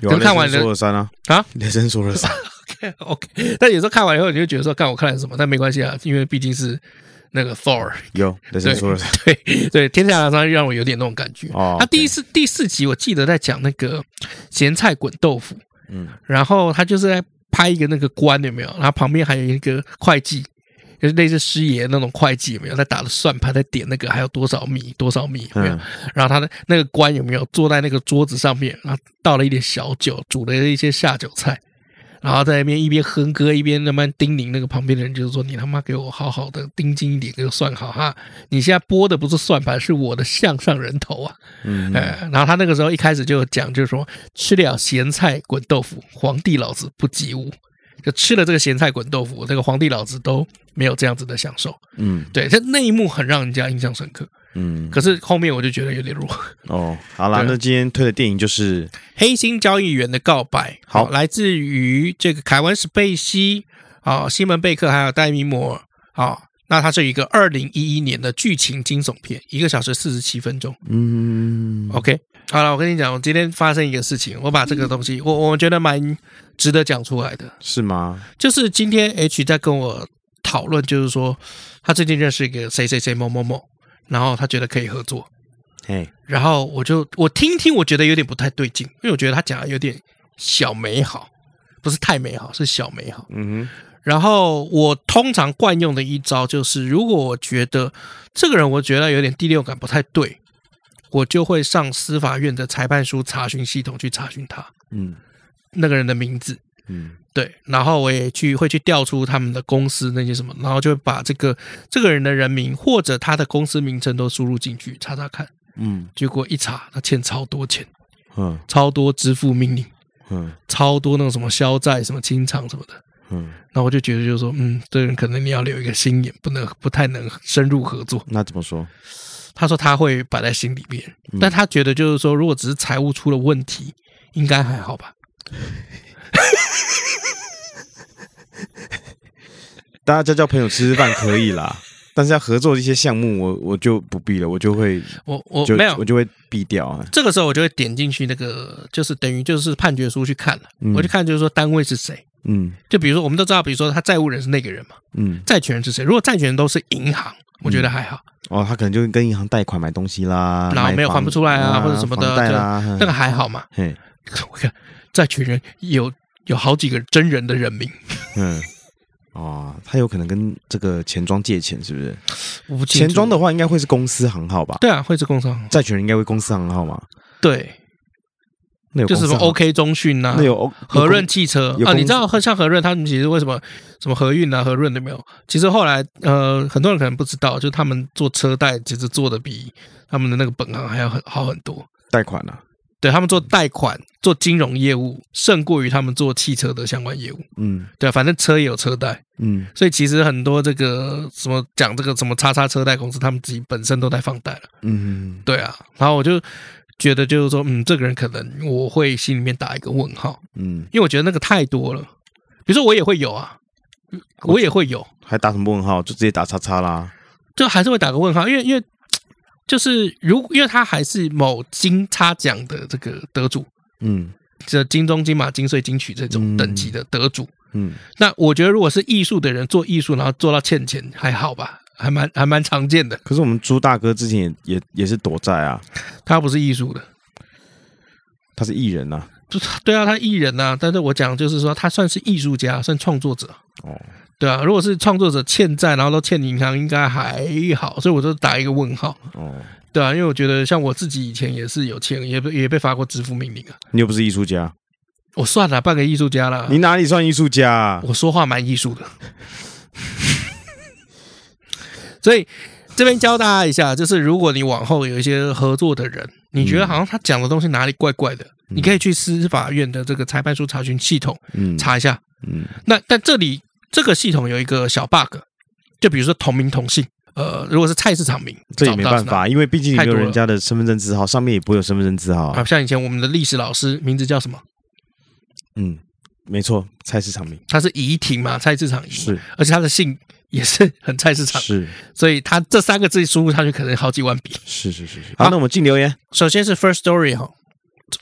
B: 有啊
A: 等看完
B: 雷神
A: 了
B: 索尔三啊
A: 啊
B: 雷神索尔三，
A: ？OK，但有时候看完以后，你就觉得说，看我看了什么？但没关系啊，因为毕竟是那个 Thor，
B: 有雷神索尔三，
A: 对对，天下狼山让我有点那种感觉。
B: 哦
A: 他第
B: OK
A: 一次第四集我记得在讲那个咸菜滚豆腐，
B: 嗯
A: 然后他就是在拍一个那个官有没有？然后旁边还有一个会计，就是类似师爷那种会计有没有？在打的算盘，在点那个还有多少米多少米有没有？
B: 嗯
A: 然后他的那个官有没有坐在那个桌子上面，然后倒了一点小酒，煮了一些下酒菜，然后在那边一边哼歌一边那么叮咛那个旁边的人，就是说你他妈给我好好的盯紧一点，给我算好哈！你现在拨的不是算盘，是我的项上人头啊！
B: 嗯，
A: 呃，然后他那个时候一开始就有讲，就是说吃了咸菜滚豆腐，皇帝老子不及物。就吃了这个咸菜滚豆腐，这个皇帝老子都没有这样子的享受。
B: 嗯
A: 对，这那一幕很让人家印象深刻。
B: 嗯，
A: 可是后面我就觉得有点弱。
B: 哦，好啦，
A: 对啊
B: 那今天推的电影就是
A: 黑心交易员的告白，
B: 好
A: 哦来自于这个凯文·史贝西啊、西门贝克还有戴米摩啊、那它是一个二零一一年的剧情惊悚片，一个小时四十七分钟。
B: 嗯，
A: OK，好了，我跟你讲，我今天发生一个事情，我把这个东西，我我觉得蛮值得讲出来的，
B: 是吗？
A: 就是今天 H 在跟我讨论，就是说他最近认识一个谁谁谁某某某，然后他觉得可以合作，
B: 嘿，
A: 然后我就我听听，我觉得有点不太对劲，因为我觉得他讲的有点小美好，不是太美好，是小美好。
B: 嗯
A: 然后我通常惯用的一招就是，如果我觉得这个人我觉得有点第六感不太对，我就会上司法院的裁判书查询系统去查询他
B: 哼，嗯
A: 那个人的名字。
B: 嗯
A: 对，然后我也去会去调出他们的公司那些什么，然后就把这个这个人的人名或者他的公司名称都输入进去查查看，
B: 嗯
A: 结果一查，他欠超多钱。
B: 嗯
A: 超多支付命令，
B: 嗯
A: 超多那种什么消债、什么清偿什么的。
B: 嗯，
A: 那我就觉得就是说，嗯，这个人可能你要留一个心眼，不能不太能深入合作。
B: 那怎么说？
A: 他说他会摆在心里面，
B: 嗯
A: 但他觉得就是说，如果只是财务出了问题，应该还好吧？
B: 大家交交朋友吃吃饭可以啦，但是要合作一些项目，我我就不必了，我就会
A: 我我
B: 就
A: 哦没
B: 我
A: 有。
B: 就会避掉啊。
A: 这个时候我就会点进去那个，就是等于就是判决书去看了，
B: 嗯
A: 我就看就是说单位是谁。
B: 嗯
A: 就比如说我们都知道，比如说他债务人是那个人嘛，
B: 嗯，
A: 债权人是谁？如果债权人都是银行，我觉得还好。
B: 哦，他可能就跟银行贷款买东西啦，
A: 然后
B: 买
A: 没有
B: 房
A: 还不出来啊或者什么的
B: 房贷啦，
A: 那个还好嘛。
B: 嘿，
A: 我看债权人有有好几个真人的人名，
B: 嗯。哦，他有可能跟这个钱庄借钱，是不是？
A: 我不清楚
B: 钱庄的话，应该会是公司行号吧？
A: 对啊，会是工商，
B: 债权人应该会公司行号嘛？
A: 对，
B: 那有
A: 就是
B: 公
A: 什
B: 司
A: 么
B: 行
A: OK 中讯呐、
B: 那有哦有
A: 和
B: 公
A: 润汽车
B: 有
A: 啊，
B: 公
A: 你知道和像和润他们其实为什么什么和运啊、和润的没有？其实后来呃，很多人可能不知道，就是他们做车贷其实做的比他们的那个本行还要很好很多。
B: 贷款啊？
A: 对他们做贷款、做金融业务，胜过于他们做汽车的相关业务。
B: 嗯
A: 对啊、反正车也有车贷，
B: 嗯
A: 所以其实很多这个什么讲这个什么叉叉车贷公司，他们自己本身都在放贷了。
B: 嗯
A: 对啊，然后我就觉得就是说，嗯，这个人可能我会心里面打一个问号，
B: 嗯，
A: 因为我觉得那个太多了。比如说我也会有啊，我也会有，
B: 还打什么问号？就直接打叉叉啦。
A: 就还是会打个问号，因为因为就是如因为他还是某金叉奖的这个得主，
B: 嗯
A: 这金钟、金马、金穗、金曲这
B: 嗯
A: 种等级的得主。
B: 嗯
A: 那我觉得如果是艺术的人做艺术，然后做到欠钱还好吧，还蛮还蛮常见的。
B: 可是我们朱大哥之前也也也是躲债啊，
A: 他不是艺术的，
B: 他是艺人呐、
A: 就是对啊，他艺人啊，但是我讲就是说他算是艺术家，算创作者。
B: 哦，
A: 对啊，如果是创作者欠债，然后都欠银行，应该还好，所以我就打一个问号。
B: 哦，
A: 对啊，因为我觉得像我自己以前也是有欠，也被也被发过支付命令啊。
B: 你又不是艺术家，
A: 我算了，半个艺术家啦。
B: 你哪里算艺术家、啊？
A: 我说话蛮艺术的， 所以这边教大家一下，就是如果你往后有一些合作的人，你觉得好像他讲的东西哪里怪怪的，你可以去司法院的这个裁判书查询系统
B: 嗯
A: 查一下。
B: 嗯
A: 那但这里这个系统有一个小 bug，就比如说同名同姓，呃，如果是菜市场名，
B: 这也没办法，因为毕竟你没
A: 太多
B: 有
A: 了
B: 人家的身份证字号，上面也不会有身份证字号啊、
A: 啊。像以前我们的历史老师名字叫什么？
B: 嗯，没错，菜市场名
A: 他是怡婷嘛，菜市场怡，
B: 是
A: 而且他的姓也是很菜市场，
B: 是
A: 所以他这三个字输入上去可能好几万笔。
B: 是是是是。
A: 好
B: 好，那我们进留言。
A: 首先是 First Story 哈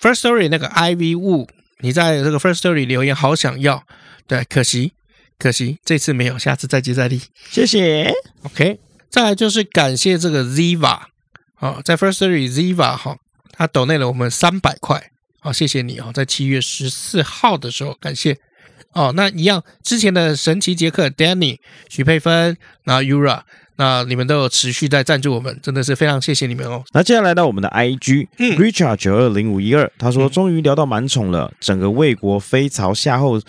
A: ，First Story 那个 IV Wu，你在这个 First Story 留言好想要，对，可惜可惜这次没有，下次再接再厉。
B: 谢谢。
A: OK，再来就是感谢这个 Ziva 啊，在 First Story Ziva 哈，他哦抖内了我们三百块，好、谢谢你哦，在七月十四号的时候感谢。哦，那一样，之前的神奇杰克 Danny、许佩芬，那 Yura，那你们都有持续在赞助我们，真的是非常谢谢你们哦。
B: 那接下来到我们的 IG，
A: 嗯
B: Richard 九二零五一二，他说终于聊到满宠了，整个魏国飞曹夏后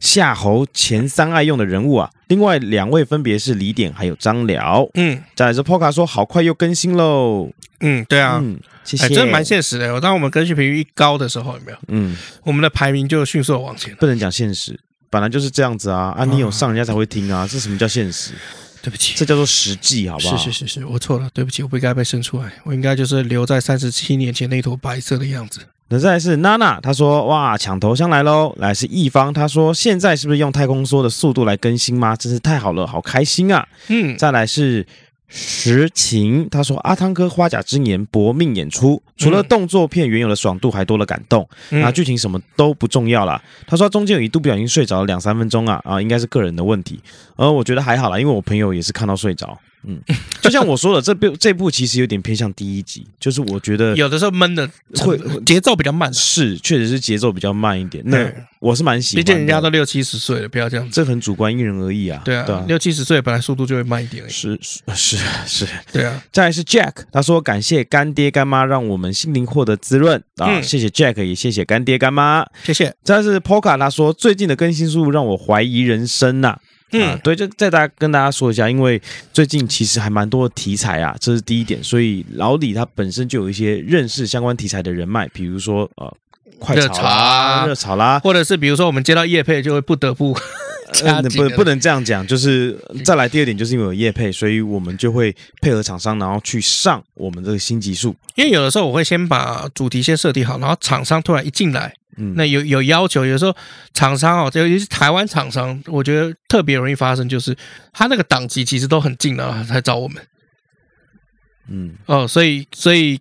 B: 夏侯前三爱用的人物啊。另外两位分别是李典还有张辽。
A: 嗯
B: 再来是 Poka 说好快又更新喽，
A: 嗯，对啊，
B: 嗯，谢谢，
A: 哎，真的蛮现实的哦。当我们更新频率一高的时候，有没有？
B: 嗯，
A: 我们的排名就迅速地往前了。
B: 不能讲现实。本来就是这样子啊，啊，你有上人家才会听啊，这什么叫现实？
A: 对不起，
B: 这叫做实际，好不好？
A: 是是是是，我错了，对不起，我不应该被生出来，我应该就是留在三十七年前那坨白色的样子。
B: 那再来是娜娜，她说哇抢头香来喽，来是一方，她说现在是不是用太空梭的速度来更新吗？真是太好了，好开心啊！
A: 嗯，
B: 再来是石琴，她说阿汤哥花甲之年搏命演出，除了
A: 嗯
B: 动作片原有的爽度，还多了感动。
A: 嗯
B: 那剧情什么都不重要啦。他说他中间有一度不小心睡着了两三分钟啊啊，应该是个人的问题。呃，我觉得还好啦，因为我朋友也是看到睡着。嗯，就像我说的，这部这部其实有点偏向第一集，就是我觉得
A: 嗯有的时候闷的
B: 会
A: 节奏比较慢，啊
B: 是确实是节奏比较慢一点。那
A: 对
B: 我是蛮喜
A: 毕
B: 欢的，
A: 竟人家都六七十岁了，不要这样子。
B: 这很主观，因人而异啊。
A: 对啊，六七十岁本来速度就会慢一点而已。
B: 是是是是，
A: 对啊，
B: 再来是 Jack，他说感谢干爹干妈让我们心灵获得滋润啊，
A: 嗯
B: 谢谢 Jack，也谢谢干爹干妈。
A: 谢谢。
B: 再来是 Poka，他说最近的更新速度让我怀疑人生呐、啊，
A: 嗯
B: 对，就再大家跟大家说一下，因为最近其实还蛮多的题材啊，这是第一点，所以老李他本身就有一些认识相关题材的人脉，比如说呃，快
A: 热
B: 炒
A: 炒
B: 啦、
A: 啊
B: 热炒啦，
A: 或者是比如说我们接到叶配，就会不得不加
B: 呃
A: 紧啊嗯
B: 不
A: 了
B: 不能这样讲，就是再来第二点，就是因为有业配，所以我们就会配合厂商，然后去上我们这个新集数。
A: 因为有的时候我会先把主题先设定好，然后厂商突然一进来，
B: 嗯，
A: 那有有要求，有时候厂商哦，尤其是台湾厂商，我觉得特别容易发生，就是他那个档期其实都很近了才找我们
B: 嗯
A: 哦，所以所以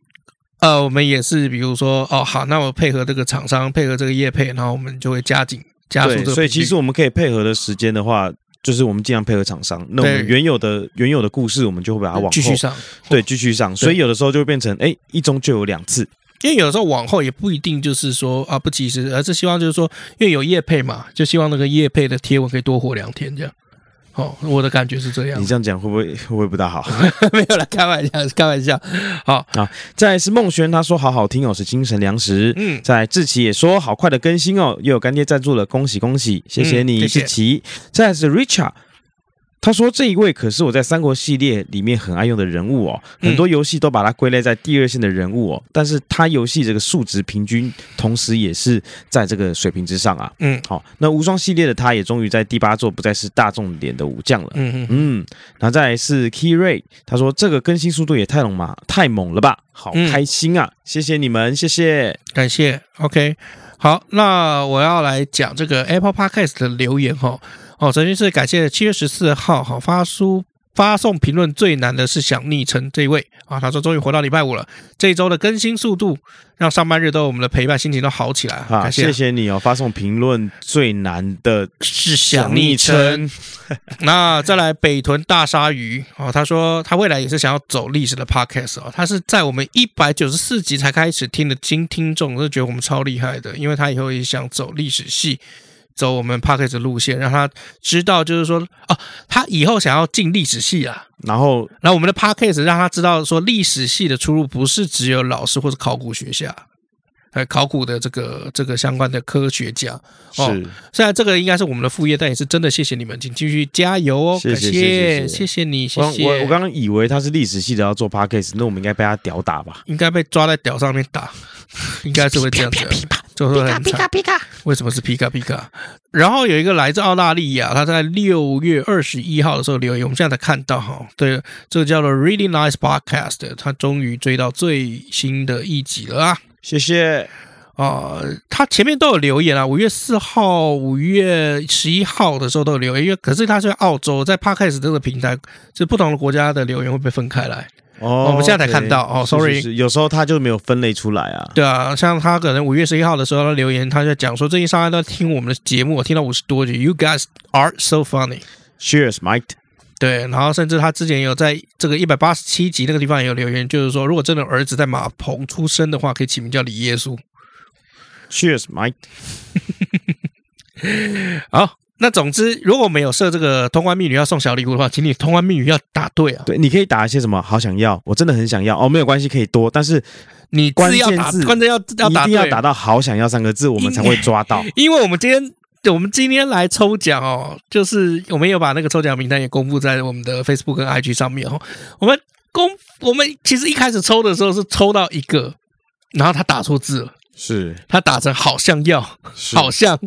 A: 呃，我们也是比如说哦，好，那我配合这个厂商，配合这个业配，然后我们就会加紧加速这
B: 对，
A: 个
B: 所以
A: 频
B: 其
A: 率
B: 实我们可以配合的时间的话，就是我们尽量配合厂商。那我们
A: 对
B: 原有的原有的故事，我们就会把它啊往后
A: 继续上，
B: 对继续上，所以有的时候就会变成哎，一中就有两次。
A: 因为有时候往后也不一定就是说啊不及时，而是希望就是说，因为有业配嘛，就希望那个业配的贴文可以多活两天这样。哦，我的感觉是这样
B: 你，这样讲会不会会不会不大好？
A: 没有啦，开玩笑，开玩笑。好，
B: 再来是孟轩，他说好好听哦，是精神粮食。
A: 嗯，
B: 在志奇也说好快的更新哦，又有干爹赞助了，恭喜恭喜，谢谢你，
A: 嗯谢谢
B: 志奇。再来是 Richard，他说这一位可是我在三国系列里面很爱用的人物哦，
A: 嗯
B: 很多游戏都把他归类在第二线的人物哦，但是他游戏这个数值平均，同时也是在这个水平之上啊。
A: 嗯，
B: 好、那无双系列的他也终于在第八座不再是大众脸的武将了。
A: 嗯嗯，
B: 嗯，然后再来是 Key Ray，他说这个更新速度也太猛嘛，太猛了吧，好
A: 嗯
B: 开心啊！谢谢你们，谢谢。
A: 感谢。OK，好，那我要来讲这个 Apple Podcast 的留言哈。哦，首先是感谢七月十四号哈发书。发送评论最难的是想昵称这一位啊，他说终于活到礼拜五了，这一周的更新速度让上半日都有我们的陪伴，心情都好起来，
B: 啊，
A: 感
B: 谢谢你哦！发送评论最难的
A: 是想昵称。，那再来北屯大鲨鱼哦，他说他未来也是想要走历史的 podcast 哦，他是在我们一百九十四集才开始听的新听众，我就觉得我们超厉害的，因为他以后也想走历史系。走我们 p a c k a g e 路线，让他知道，就是说，哦，他以后想要进历史系啊，
B: 然后
A: 然后我们的 p a c k a g e 让他知道，说历史系的出路不是只有老师或者考古学家，呃，考古的这个这个相关的科学家，
B: 是、
A: 哦虽然这个应该是我们的副业，但也是真的谢谢你们，请继续加油哦！
B: 谢
A: 感
B: 谢
A: 谢
B: 谢谢谢谢
A: 谢谢你，谢
B: 我刚
A: 谢。
B: 我我刚刚以为他是历史系的要做 podcast，那我们应该被他屌打吧？
A: 应该被抓在屌上面打， 应该是会这样子的，啊就会很惨。
C: 皮卡，
A: 为什么是皮卡皮卡？然后有一个来自澳大利亚，他在六月二十一号的时候留言，我们现在才看到哈。对，这个叫做 Really Nice Podcast，他终于追到最新的一集了啊！
B: 谢谢。
A: 啊、他前面都有留言啊，五月四号、五月十一号的时候都有留言，因为可是他是在澳洲，在 Podcast 这个平台，就不同的国家的留言会被分开来。
B: 哦
A: 我们现在才看到
B: OK
A: 哦
B: 是
A: sorry
B: 是是有时候他就没有分类出来啊。
A: 对啊，像他可能五月十一号的时候他留言，他就讲说最近上来都在听我们的节目，我听到五十多集，You guys are so funny。
B: Cheers, Mike。
A: 对，然后甚至他之前有在这个一百八十七集那个地方也有留言，就是说如果真的儿子在马棚出生的话，可以起名叫李耶稣。
B: Cheers, Mike。
A: 好，那总之，如果没有设这个通关密语要送小礼物的话，请你通关密语要答对啊。
B: 对，你可以打一些什么？好想要，我真的很想要哦，没有关系，可以多，但是
A: 你字要打
B: 关键，字
A: 关键要要打
B: 一定要
A: 对，
B: 打到“好想要”三个字，我们才会抓到。
A: 因为我们今天。我们今天来抽奖哦，就是我们有把那个抽奖名单也公布在我们的 Facebook 跟 IG 上面哦。我们公我们其实一开始抽的时候是抽到一个，然后他打错字了，
B: 是，
A: 他打成好像要，
B: 是
A: 好像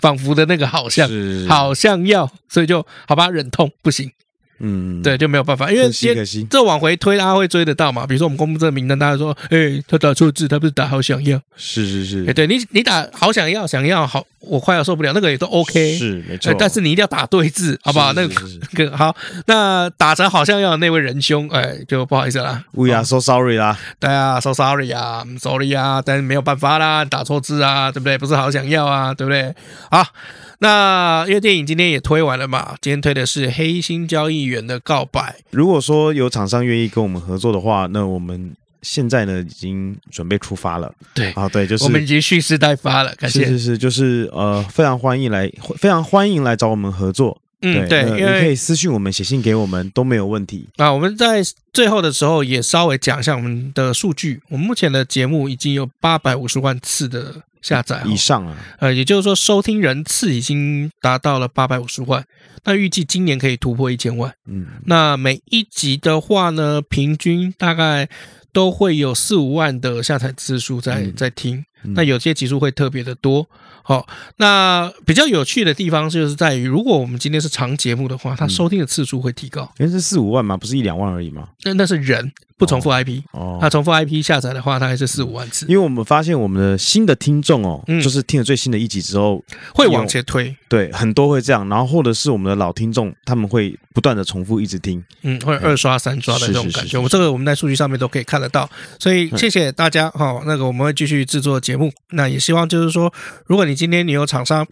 A: 仿佛的那个好像，
B: 是，
A: 好像要，所以就好吧，忍痛不行，
B: 嗯，
A: 对，就没有办法，因为
B: 可惜
A: 今
B: 可
A: 天
B: 惜
A: 这往回推，大家会追得到嘛？比如说我们公布这个名单，大家说，哎，他打错字，他不是打好想要，
B: 是是
A: 哎，
B: 是
A: 对你，你打好想要，想要好，我快要受不了，那个也都 OK，
B: 是没
A: 哎
B: 错，
A: 但是你一定要打对字，好不好？
B: 是
A: 那
B: 是是
A: 个那个好，那打成好像要的那位仁兄，哎，就不好意思啦，
B: We are so sorry 啦，
A: 对啊，so sorry 啊嗯，sorry 啊，但是没有办法啦，打错字啊，对不对？不是好想要啊，对不对？好，那因为电影今天也推完了嘛，今天推的是《黑心交易员的告白
B: 如果说有厂商愿意跟我们合作的话，那我们现在呢已经准备出发了。》，
A: 对，
B: 啊，对，就是
A: 哎我们已经蓄势待发了，感
B: 是
A: 谢
B: 是。是，就是呃，非常欢迎来，非常欢迎来找我们合作。
A: 嗯，
B: 对
A: 对，，
B: 那
A: 因
B: 你可
A: 为
B: 以私信我们，写信给我们都没有问题。
A: 啊，我们在最后的时候也稍微讲一下我们的数据，我们目前的节目已经有八百五十万次的下载、哦
B: 以，上啊，
A: 呃，也就是说收听人次已经达到了八百五十万，那预计今年可以突破一千万。
B: 嗯，
A: 那每一集的话呢，平均大概都会有四五万的下载次数在、
B: 嗯
A: 在听。
B: 嗯
A: 那有些集数会特别的多。好、那比较有趣的地方就是在于，如果我们今天是长节目的话，
B: 嗯
A: 它收听的次数会提高。
B: 因为是四五万嘛，不是一两万而已嘛。
A: 那、那是人不重复 IP，
B: 哦
A: 那、，重复 IP 下载的话，它还是四五万次，
B: 因为我们发现我们的新的听众哦，
A: 嗯
B: 就是听了最新的一集之后，
A: 会往前推。
B: 对很多会这样，然后或者是我们的老听众，他们会不断的重复一直听。
A: 嗯，或者二刷、三刷的
B: 是
A: 这种
B: 是
A: 感
B: 是
A: 觉，
B: 是嗯
A: 我这个我们在数据上面都可以看得到，所以谢谢大家哈、那个我们会继续制作节目，那也希望就是说，如果你今天你有厂商，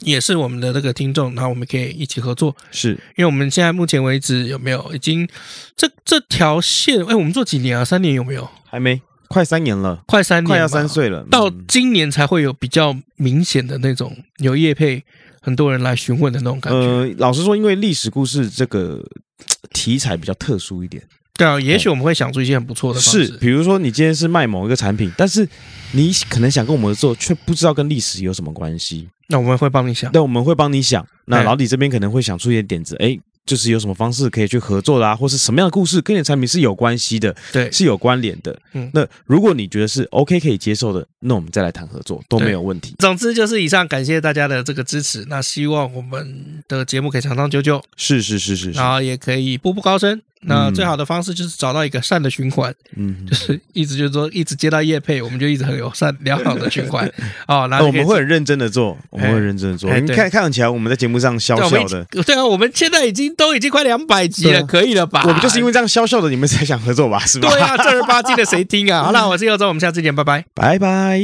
A: 也是我们的这个听众，那我们可以一起合作，
B: 是
A: 因为我们现在目前为止有没有已经这这条线？哎，我们做几年啊？三年有没有？
B: 还没快三年了，
A: 快三年，
B: 快要三，岁了，
A: 到
B: 嗯
A: 今年才会有比较明显的那种有业配，很多人来询问的那种感觉。
B: 呃，老实说，因为历史故事这个嘖题材比较特殊一点，
A: 对啊，也许我们会想出一些很不错的方式。
B: 哦是，比如说你今天是卖某一个产品，但是你可能想跟我们合作，却不知道跟历史有什么关系，
A: 那我们会帮你想。
B: 那我们会帮你想。
A: 嗯哎
B: 那老李这边可能会想出一些点子，哎，就是有什么方式可以去合作啦、或是什么样的故事跟你的产品是有关系的，
A: 对，
B: 是有关联的。
A: 嗯
B: 那如果你觉得是 OK 可以接受的，那我们再来谈合作都
A: 对
B: 没有问题。
A: 总之就是以上，感谢大家的这个支持。那希望我们的节目可以长长久久，
B: 是是是是是，
A: 然后也可以步步高升。那
B: 嗯
A: 最好的方式就是找到一个善的循环，
B: 嗯，
A: 就是一直就是说一直接到业配，我们就一直很有善良好的循 环哦。然
B: 那
A: 后
B: 我
A: 就可以
B: 们会很认真的做，我们会很认真的做。
A: 哎
B: 你
A: 对
B: 看看起来我们在节目上笑
A: 对我们
B: 笑
A: 已
B: 的，
A: 对啊，我们现在已经都已经快两百集
B: 对
A: 了，
B: 啊
A: 可以了吧？
B: 我们就是因为这样笑笑的，你们才想合作吧？是吧？
A: 啊对啊，正儿八经的谁听啊？好啦，我是佑周，我们下次见，拜拜。
B: 拜拜。